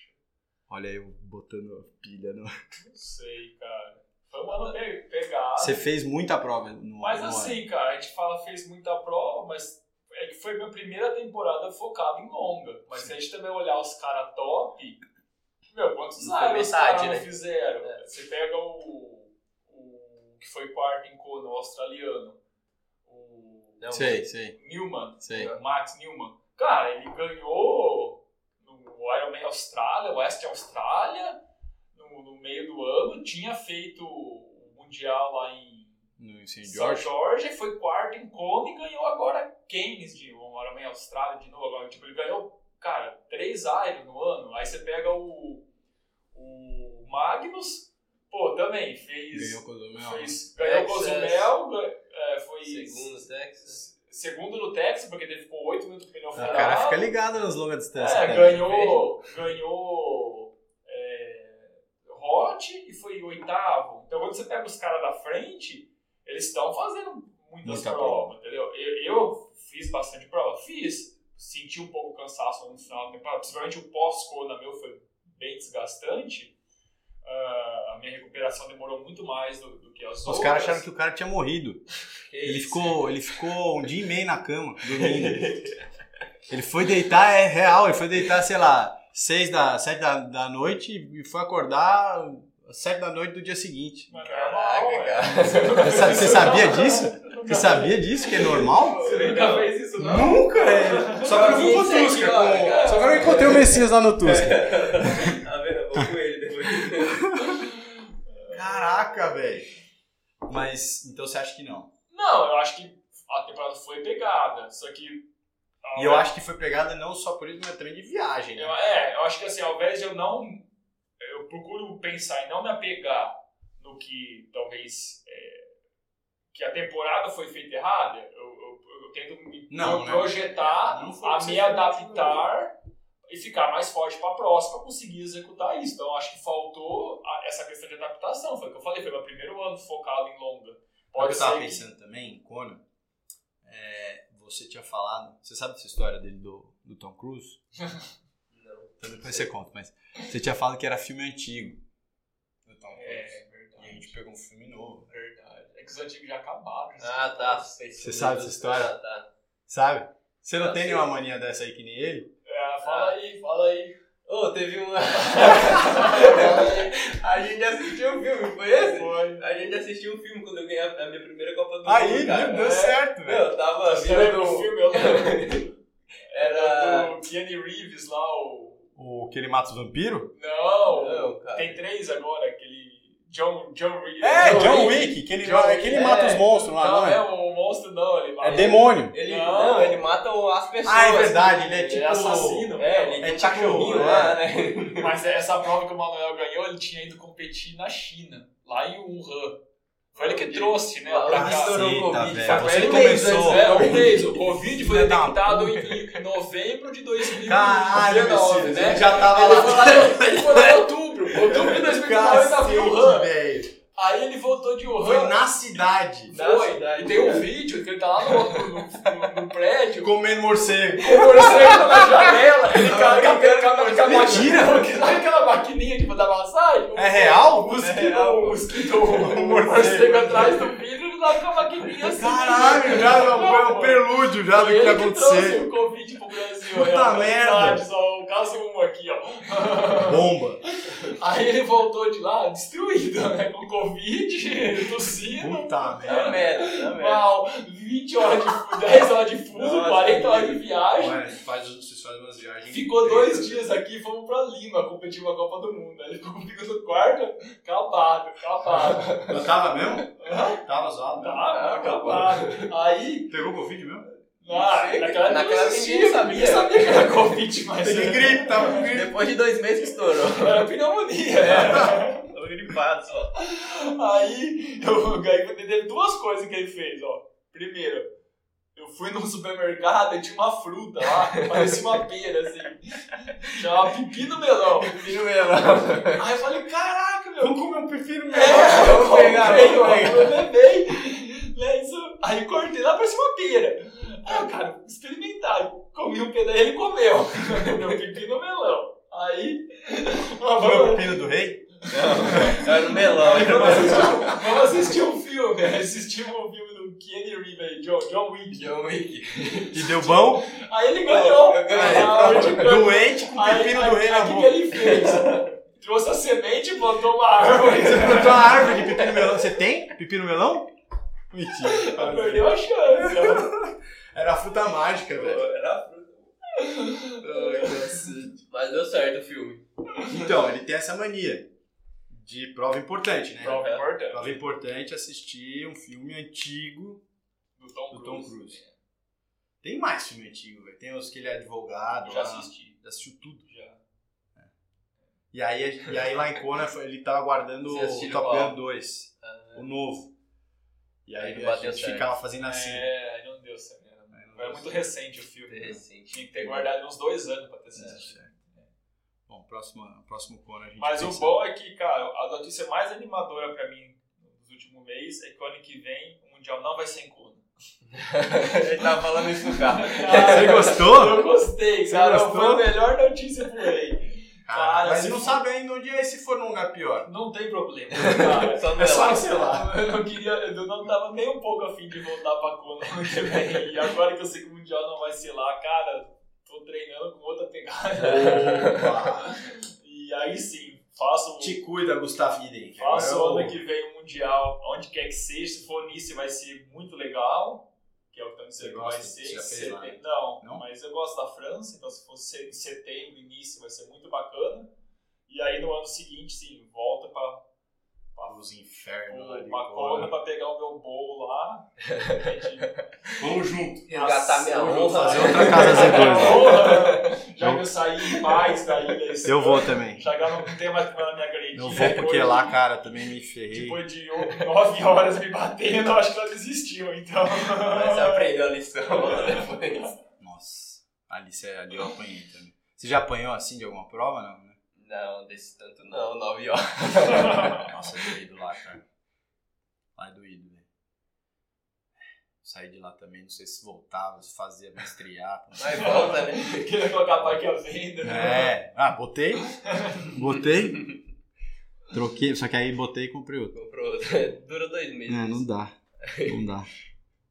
[SPEAKER 2] Olha eu botando pilha no...
[SPEAKER 3] não sei, cara. Foi um ano pe- pegado.
[SPEAKER 2] Você fez muita prova no
[SPEAKER 3] Mas
[SPEAKER 2] no ano.
[SPEAKER 3] assim, cara, a gente fala fez muita prova, mas é que foi minha primeira temporada focada em longa. Mas se a gente também olhar os caras top, meu, quantos
[SPEAKER 4] Não foi
[SPEAKER 3] anos os
[SPEAKER 4] metade,
[SPEAKER 3] caras não
[SPEAKER 4] né?
[SPEAKER 3] fizeram?
[SPEAKER 4] É.
[SPEAKER 3] Você pega o, o que foi quarto em Kona, o australiano, o
[SPEAKER 4] Não,
[SPEAKER 2] Sei, sei,
[SPEAKER 3] Newman,
[SPEAKER 2] sei.
[SPEAKER 3] o Né, Max Newman. Cara, ele ganhou no Ironman Austrália, West Austrália, no, no meio do ano, tinha feito o Mundial lá em
[SPEAKER 2] No St.
[SPEAKER 3] São
[SPEAKER 2] George.
[SPEAKER 3] Jorge foi quarto em Kona e ganhou agora Keynes de um uma hora meia Austrália de novo. Agora, tipo, ele ganhou, cara, três Iron no ano. Aí você pega o, o Magnus, pô, também fez.
[SPEAKER 2] Ganhou com o né? Domel.
[SPEAKER 3] fez- ganhou o
[SPEAKER 4] Texas.
[SPEAKER 3] Cozumel, gan- é, foi
[SPEAKER 4] Segundo, Texas.
[SPEAKER 3] s- segundo no Texas, porque ele ficou oito minutos no pneu
[SPEAKER 2] O
[SPEAKER 3] furado.
[SPEAKER 2] Ah, cara fica ligado nas longas distâncias.
[SPEAKER 3] É,
[SPEAKER 2] cara.
[SPEAKER 3] ganhou, ganhou é, Hot e foi oitavo. Então, quando você pega os caras da frente, eles estão fazendo muitas
[SPEAKER 2] Muita
[SPEAKER 3] provas, entendeu? Eu, eu fiz bastante prova, fiz. Senti um pouco cansaço no final da temporada, principalmente o pós-Kona meu foi bem desgastante. Ah, a minha recuperação demorou muito mais do, do que as outras.
[SPEAKER 2] Os caras acharam que o cara tinha morrido.
[SPEAKER 4] Que
[SPEAKER 2] Ele
[SPEAKER 4] isso,
[SPEAKER 2] ficou, ele ficou um dia e meio na cama, dormindo. ele foi deitar, é real, ele foi deitar, sei lá, seis da, sete da, da noite e foi acordar às sete da noite do dia seguinte.
[SPEAKER 3] Mas
[SPEAKER 4] Caraca,
[SPEAKER 3] normal, é.
[SPEAKER 4] cara.
[SPEAKER 2] Você sa- você sabia disso? Você
[SPEAKER 3] Nunca-
[SPEAKER 2] sabia disso, que é normal?
[SPEAKER 3] Você nunca fez isso, não?
[SPEAKER 2] Nunca! é. Só quando eu fui pro
[SPEAKER 4] Isso é
[SPEAKER 2] Tusca.
[SPEAKER 4] que hora,
[SPEAKER 2] com-
[SPEAKER 4] cara.
[SPEAKER 2] Só quando eu encontrei o Messias lá no Tusca.
[SPEAKER 4] Tá vendo? Eu vou com ele depois.
[SPEAKER 2] Caraca, velho. Mas, então você acha que não?
[SPEAKER 3] Não, eu acho que a temporada foi pegada. Só que.
[SPEAKER 2] E eu acho que foi pegada não só por isso, mas também de viagem. né?
[SPEAKER 3] Eu- é, eu acho que assim, ao invés de eu não. Eu procuro pensar e não me apegar no que talvez. é, que a temporada foi feita errada, eu, eu- eu tento me
[SPEAKER 2] Não, né?
[SPEAKER 3] projetar,
[SPEAKER 2] Não foi o
[SPEAKER 3] a
[SPEAKER 2] que você
[SPEAKER 3] me
[SPEAKER 2] fez,
[SPEAKER 3] adaptar e ficar mais forte para a próxima conseguir executar isso. Então eu acho que faltou a- essa questão de adaptação. Foi o que eu falei, foi meu primeiro ano focado em longa.
[SPEAKER 2] Pode
[SPEAKER 3] Pode
[SPEAKER 2] eu
[SPEAKER 3] ser.
[SPEAKER 2] tava
[SPEAKER 3] que-
[SPEAKER 2] pensando também, Conan, é, você tinha falado, você sabe dessa história dele do, do Tom Cruise?
[SPEAKER 4] Não.
[SPEAKER 2] Então depois você conta, mas você tinha falado que era filme antigo do Tom Cruise.
[SPEAKER 3] É,
[SPEAKER 2] E a
[SPEAKER 3] verdade.
[SPEAKER 2] gente pegou um filme novo.
[SPEAKER 3] Verdade. É que os antigos já acabaram.
[SPEAKER 4] Ah, tá.
[SPEAKER 2] Você sabe essa história?
[SPEAKER 4] Ah, tá.
[SPEAKER 2] Sabe? Você não
[SPEAKER 3] Tá
[SPEAKER 4] Eu
[SPEAKER 2] tem
[SPEAKER 4] sei.
[SPEAKER 2] nenhuma mania dessa aí que nem ele?
[SPEAKER 3] É, fala aí, fala aí.
[SPEAKER 4] Ô, teve uma. a gente assistiu um filme, foi esse?
[SPEAKER 3] Foi.
[SPEAKER 4] A gente assistiu um filme quando eu ganhei a minha primeira Copa do
[SPEAKER 2] Aí,
[SPEAKER 4] Mundo, cara.
[SPEAKER 2] deu
[SPEAKER 3] é.
[SPEAKER 2] certo,
[SPEAKER 4] Meu,
[SPEAKER 2] velho.
[SPEAKER 4] eu tava
[SPEAKER 3] Você lembra
[SPEAKER 4] vendo
[SPEAKER 3] do
[SPEAKER 4] um
[SPEAKER 3] filme? Eu lembro.
[SPEAKER 4] Era.
[SPEAKER 3] Do Keanu Reeves lá, o...
[SPEAKER 2] O que ele mata os vampiros?
[SPEAKER 3] Não,
[SPEAKER 4] Não, cara.
[SPEAKER 3] tem três agora, aquele... John, John Reeves.
[SPEAKER 2] É, John
[SPEAKER 4] John
[SPEAKER 2] Wick, que ele,
[SPEAKER 3] John
[SPEAKER 2] é que ele
[SPEAKER 4] Wick,
[SPEAKER 2] mata
[SPEAKER 4] é.
[SPEAKER 2] os monstros lá,
[SPEAKER 3] Não,
[SPEAKER 2] não
[SPEAKER 3] não é
[SPEAKER 2] é?
[SPEAKER 3] o monstro, não. Ele
[SPEAKER 2] É demônio.
[SPEAKER 4] Ele,
[SPEAKER 3] Não.
[SPEAKER 4] não. ele mata o- as pessoas.
[SPEAKER 2] Ah, é verdade, ele é
[SPEAKER 3] Ele
[SPEAKER 2] tipo...
[SPEAKER 3] é assassino.
[SPEAKER 4] É, ele
[SPEAKER 2] É
[SPEAKER 4] tem um
[SPEAKER 2] tipo,
[SPEAKER 4] cachorrinho
[SPEAKER 2] é.
[SPEAKER 4] lá, né?
[SPEAKER 3] Mas essa prova que o Manuel ganhou, ele tinha ido competir na China, lá em Wuhan. Foi ele que trouxe, né, pra
[SPEAKER 4] Lá
[SPEAKER 3] cá.
[SPEAKER 4] estourou
[SPEAKER 2] Caceta,
[SPEAKER 4] o Covid.
[SPEAKER 2] velho.
[SPEAKER 4] Foi
[SPEAKER 2] Você
[SPEAKER 4] um mês
[SPEAKER 2] começou.
[SPEAKER 4] antes,
[SPEAKER 3] É,
[SPEAKER 4] né?
[SPEAKER 3] um mês. O Covid foi
[SPEAKER 2] Filha da
[SPEAKER 3] detectado em, em novembro de 2019,
[SPEAKER 2] Caralho, Messias,
[SPEAKER 3] né?
[SPEAKER 2] ele já tava
[SPEAKER 3] Ele foi
[SPEAKER 2] lá...
[SPEAKER 3] lá, ele foi lá em outubro. Outubro de 2019 tava em
[SPEAKER 2] Cacete,
[SPEAKER 3] Wuhan.
[SPEAKER 2] velho.
[SPEAKER 3] tá Aí ele voltou de Wuhan.
[SPEAKER 2] Foi na cidade. né?
[SPEAKER 3] Foi.
[SPEAKER 4] Na cidade.
[SPEAKER 3] E tem um vídeo que ele tá lá no, no, no- no prédio.
[SPEAKER 2] Comendo morcego.
[SPEAKER 3] Conversando na janela, ele cai
[SPEAKER 2] Cara,
[SPEAKER 3] com aquela
[SPEAKER 2] mentira.
[SPEAKER 3] maquininha, sabe aquela maquininha tipo da massagem?
[SPEAKER 2] É real?
[SPEAKER 3] O
[SPEAKER 2] É real.
[SPEAKER 3] mosquito, o mosquito, o
[SPEAKER 2] morcego.
[SPEAKER 3] Um morcego atrás do vidro, ele lá com a maquininha assim.
[SPEAKER 2] Caralho, já é um, é um
[SPEAKER 3] Não,
[SPEAKER 2] prelúdio já do
[SPEAKER 3] Foi
[SPEAKER 2] que ia
[SPEAKER 3] ele trouxe
[SPEAKER 2] acontecer.
[SPEAKER 3] o Covid pro Brasil.
[SPEAKER 2] Puta
[SPEAKER 3] é, ó,
[SPEAKER 2] merda.
[SPEAKER 3] verdade, Só o caso um aqui, ó.
[SPEAKER 2] Bomba.
[SPEAKER 3] Aí ele voltou de lá destruído, né? Com Covid, tossindo.
[SPEAKER 2] Puta
[SPEAKER 4] Tá
[SPEAKER 2] merda.
[SPEAKER 4] merda, tá merda.
[SPEAKER 3] Mal, 20 horas de fuso, 10 horas de fuso,
[SPEAKER 4] Nossa,
[SPEAKER 3] 40 horas de viagem.
[SPEAKER 2] Ué, faz, vocês fazem umas viagens.
[SPEAKER 3] Ficou dois dias aqui e fomos pra Lima competir uma Copa do Mundo. Aí ele ficou comigo no quarto, acabado, acabado.
[SPEAKER 2] Eu tava mesmo? Tava zoado.
[SPEAKER 4] Ah,
[SPEAKER 3] Tá, acabado. Aí,
[SPEAKER 2] Pegou Covid mesmo?
[SPEAKER 3] ah,
[SPEAKER 4] sei,
[SPEAKER 3] naquela
[SPEAKER 4] cara.
[SPEAKER 3] época
[SPEAKER 4] Naquela ninguém sabia.
[SPEAKER 3] ninguém sabia que era Covid, mas
[SPEAKER 2] Peguei
[SPEAKER 3] era,
[SPEAKER 2] gripe, tava com gripe.
[SPEAKER 4] Depois de dois meses que estourou.
[SPEAKER 3] era pneumonia. né?
[SPEAKER 4] Tava gripado só.
[SPEAKER 3] Aí eu ganhei, teve duas coisas que ele fez, ó. Primeiro, eu fui num supermercado e tinha uma fruta lá, parecia uma pera, assim. Chamava pepino melão.
[SPEAKER 4] Filho mesmo.
[SPEAKER 3] Aí eu falei, caraca, meu.
[SPEAKER 2] Vou comer um pepino
[SPEAKER 3] É, eu
[SPEAKER 4] Vamos pegar,
[SPEAKER 3] comprei,
[SPEAKER 4] vamos
[SPEAKER 3] ó, eu levei né, Aí cortei lá, parecia uma pera. Aí o cara, experimentar. Comi um pedaço e ele comeu. Meu pepino ou melão. Aí. ah,
[SPEAKER 2] Foi o
[SPEAKER 3] vamos,
[SPEAKER 2] pepino do rei?
[SPEAKER 4] Era um melão.
[SPEAKER 3] aí vamos assistir, um- vamos assistir um filme. Aí Assistimos o filme do Kenny Reeve, John, John Wick.
[SPEAKER 4] John Wick.
[SPEAKER 2] E deu bom? tá.
[SPEAKER 3] Aí ele ganhou.
[SPEAKER 4] Eu ganhei.
[SPEAKER 3] Ah, eu te ganho.
[SPEAKER 2] Doente com o
[SPEAKER 3] Aí-
[SPEAKER 2] pepino
[SPEAKER 3] aí-
[SPEAKER 2] do rei na
[SPEAKER 3] aí O que,
[SPEAKER 2] boca.
[SPEAKER 3] que ele fez? Trouxe a semente e plantou uma árvore.
[SPEAKER 2] Você plantou uma árvore de pepino melão. Você tem pepino melão?
[SPEAKER 3] Ela
[SPEAKER 2] Mentira.
[SPEAKER 3] Perdeu a chance. ó.
[SPEAKER 2] Era a fruta mágica, velho.
[SPEAKER 4] Era fruta. Mas deu certo o filme.
[SPEAKER 2] Então, ele tem essa mania de prova importante, né?
[SPEAKER 3] Prova importante.
[SPEAKER 2] Prova importante é assistir um filme antigo.
[SPEAKER 3] Do Tom É,
[SPEAKER 2] Do Tom Cruise. Tem mais filme antigo, velho. Tem os que ele é advogado.
[SPEAKER 3] Eu já
[SPEAKER 2] lá.
[SPEAKER 3] assisti. É.
[SPEAKER 2] Já assistiu tudo.
[SPEAKER 3] Já.
[SPEAKER 2] E aí, e aí lá em Kona, foi- ele tava aguardando
[SPEAKER 4] Vocês
[SPEAKER 2] o
[SPEAKER 4] assistiram
[SPEAKER 2] Top
[SPEAKER 4] qual?
[SPEAKER 2] Gun 2.
[SPEAKER 3] Ah.
[SPEAKER 2] O novo. E aí
[SPEAKER 4] Aí não
[SPEAKER 2] a
[SPEAKER 4] bateu
[SPEAKER 2] gente
[SPEAKER 4] certo.
[SPEAKER 2] ficava fazendo assim.
[SPEAKER 3] É, não deu certo. Era muito recente o filme. né?
[SPEAKER 4] Recente.
[SPEAKER 3] Tinha que ter guardado uns dois anos pra ter assistido.
[SPEAKER 2] É, Bom, próximo, próximo Kona a gente
[SPEAKER 3] Mas o
[SPEAKER 2] pensa.
[SPEAKER 3] bom é que, cara, a notícia mais animadora pra mim nos últimos meses é que o ano que vem o Mundial não vai ser em Kona.
[SPEAKER 4] Ele tava falando isso no carro.
[SPEAKER 3] Ah,
[SPEAKER 2] Você gostou?
[SPEAKER 3] Eu gostei,
[SPEAKER 2] Você
[SPEAKER 3] cara.
[SPEAKER 2] gostou?
[SPEAKER 3] Foi a melhor notícia por aí.
[SPEAKER 2] Cara, Ah, mas
[SPEAKER 3] se
[SPEAKER 2] não
[SPEAKER 3] for-
[SPEAKER 2] sabe ainda onde é e se for num lugar pior.
[SPEAKER 3] Não tem problema, cara.
[SPEAKER 4] Só no
[SPEAKER 2] É só
[SPEAKER 4] melão.
[SPEAKER 2] cancelar.
[SPEAKER 3] Eu não queria, eu não tava nem um pouco afim de voltar pra Kona ano que vem. E agora que eu sei que o Mundial não vai ser lá, cara, tô treinando com outra pegada.
[SPEAKER 2] Opa.
[SPEAKER 3] E aí sim, faço,
[SPEAKER 2] Te cuida, Gustavo Iden.
[SPEAKER 3] faço
[SPEAKER 2] Agora é eu-
[SPEAKER 3] ano né, que vem o Mundial, onde quer que seja, se for nisso vai ser muito legal, que é o que estão
[SPEAKER 2] Você
[SPEAKER 3] dizendo que
[SPEAKER 2] gosta?
[SPEAKER 3] vai ser.
[SPEAKER 2] Você já
[SPEAKER 3] em
[SPEAKER 2] fez lá,
[SPEAKER 3] setem- Não,
[SPEAKER 2] Não?
[SPEAKER 3] mas eu gosto da França, então se fosse ser em setembro, início, vai ser muito bacana. E aí no ano seguinte, sim, volta pra, pra
[SPEAKER 2] Os infernos lá de
[SPEAKER 3] uma cobra pra pegar o meu bolo lá.
[SPEAKER 2] Vamos junto.
[SPEAKER 4] Resgatar minha
[SPEAKER 3] Nossa,
[SPEAKER 4] honra. né?
[SPEAKER 2] fazer outra casa Z2.
[SPEAKER 3] Porra, Já que eu saí em paz da ilha. esse
[SPEAKER 2] Eu
[SPEAKER 3] ano,
[SPEAKER 2] vou também.
[SPEAKER 3] Já que eu não tenho mais que na minha grade.
[SPEAKER 2] Eu vou porque lá, cara, também me ferrei.
[SPEAKER 3] Depois Tipo, de 9 horas me batendo, eu acho que ela desistiu, então.
[SPEAKER 4] Mas você aprendeu a lição lá depois.
[SPEAKER 2] Nossa, ali, você- ali eu apanhei também. Você já apanhou assim de alguma prova, não? né?
[SPEAKER 4] Não, desse tanto não, 9 horas.
[SPEAKER 2] Nossa, é doído lá, cara. Lá é doído, velho. Saí de lá também, não sei se voltava, se fazia me estrear. não sei.
[SPEAKER 4] Mas volta, né?
[SPEAKER 3] Queria colocar a bike à venda.
[SPEAKER 2] É, ah, botei. Botei. Troquei, só que aí botei e comprei outro.
[SPEAKER 4] Comprou outra. Dura dois meses.
[SPEAKER 2] É, não dá. Não dá.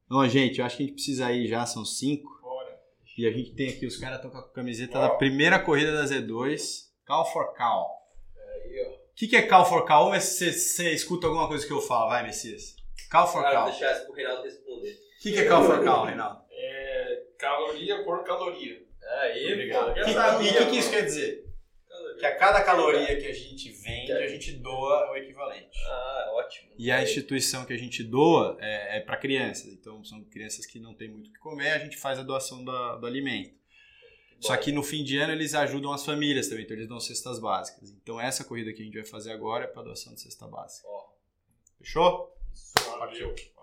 [SPEAKER 2] Bom, gente, eu acho que a gente precisa ir já, são cinco.
[SPEAKER 3] Bora.
[SPEAKER 2] E a gente tem aqui, os caras estão com a camiseta da primeira corrida da Z2. Call for Call.
[SPEAKER 4] Aí, ó.
[SPEAKER 2] O que, que é Call for Call? Vamos ver se você- você escuta alguma coisa que eu falo, vai, Messias. Call for
[SPEAKER 4] Cara,
[SPEAKER 2] Call.
[SPEAKER 4] vou
[SPEAKER 2] O
[SPEAKER 4] deixar isso pro Reinaldo responder.
[SPEAKER 2] que, que é Call for Call, Reinaldo?
[SPEAKER 3] É, caloria por caloria.
[SPEAKER 4] Aí,
[SPEAKER 3] Obrigado.
[SPEAKER 4] pô.
[SPEAKER 2] E
[SPEAKER 3] Eu
[SPEAKER 2] o que,
[SPEAKER 3] sabia,
[SPEAKER 2] que isso quer dizer? Que a cada caloria que a gente vende, a gente doa o equivalente.
[SPEAKER 4] Ah, ótimo.
[SPEAKER 2] E a instituição que a gente doa é, para crianças. Então, são crianças que não têm muito o que comer, a gente faz a doação da- do alimento. Só que no fim de ano eles ajudam as famílias também, então eles dão cestas básicas. Então, essa corrida que a gente vai fazer agora é para doação de cesta básica.
[SPEAKER 4] Ó.
[SPEAKER 2] Fechou?
[SPEAKER 3] Valeu.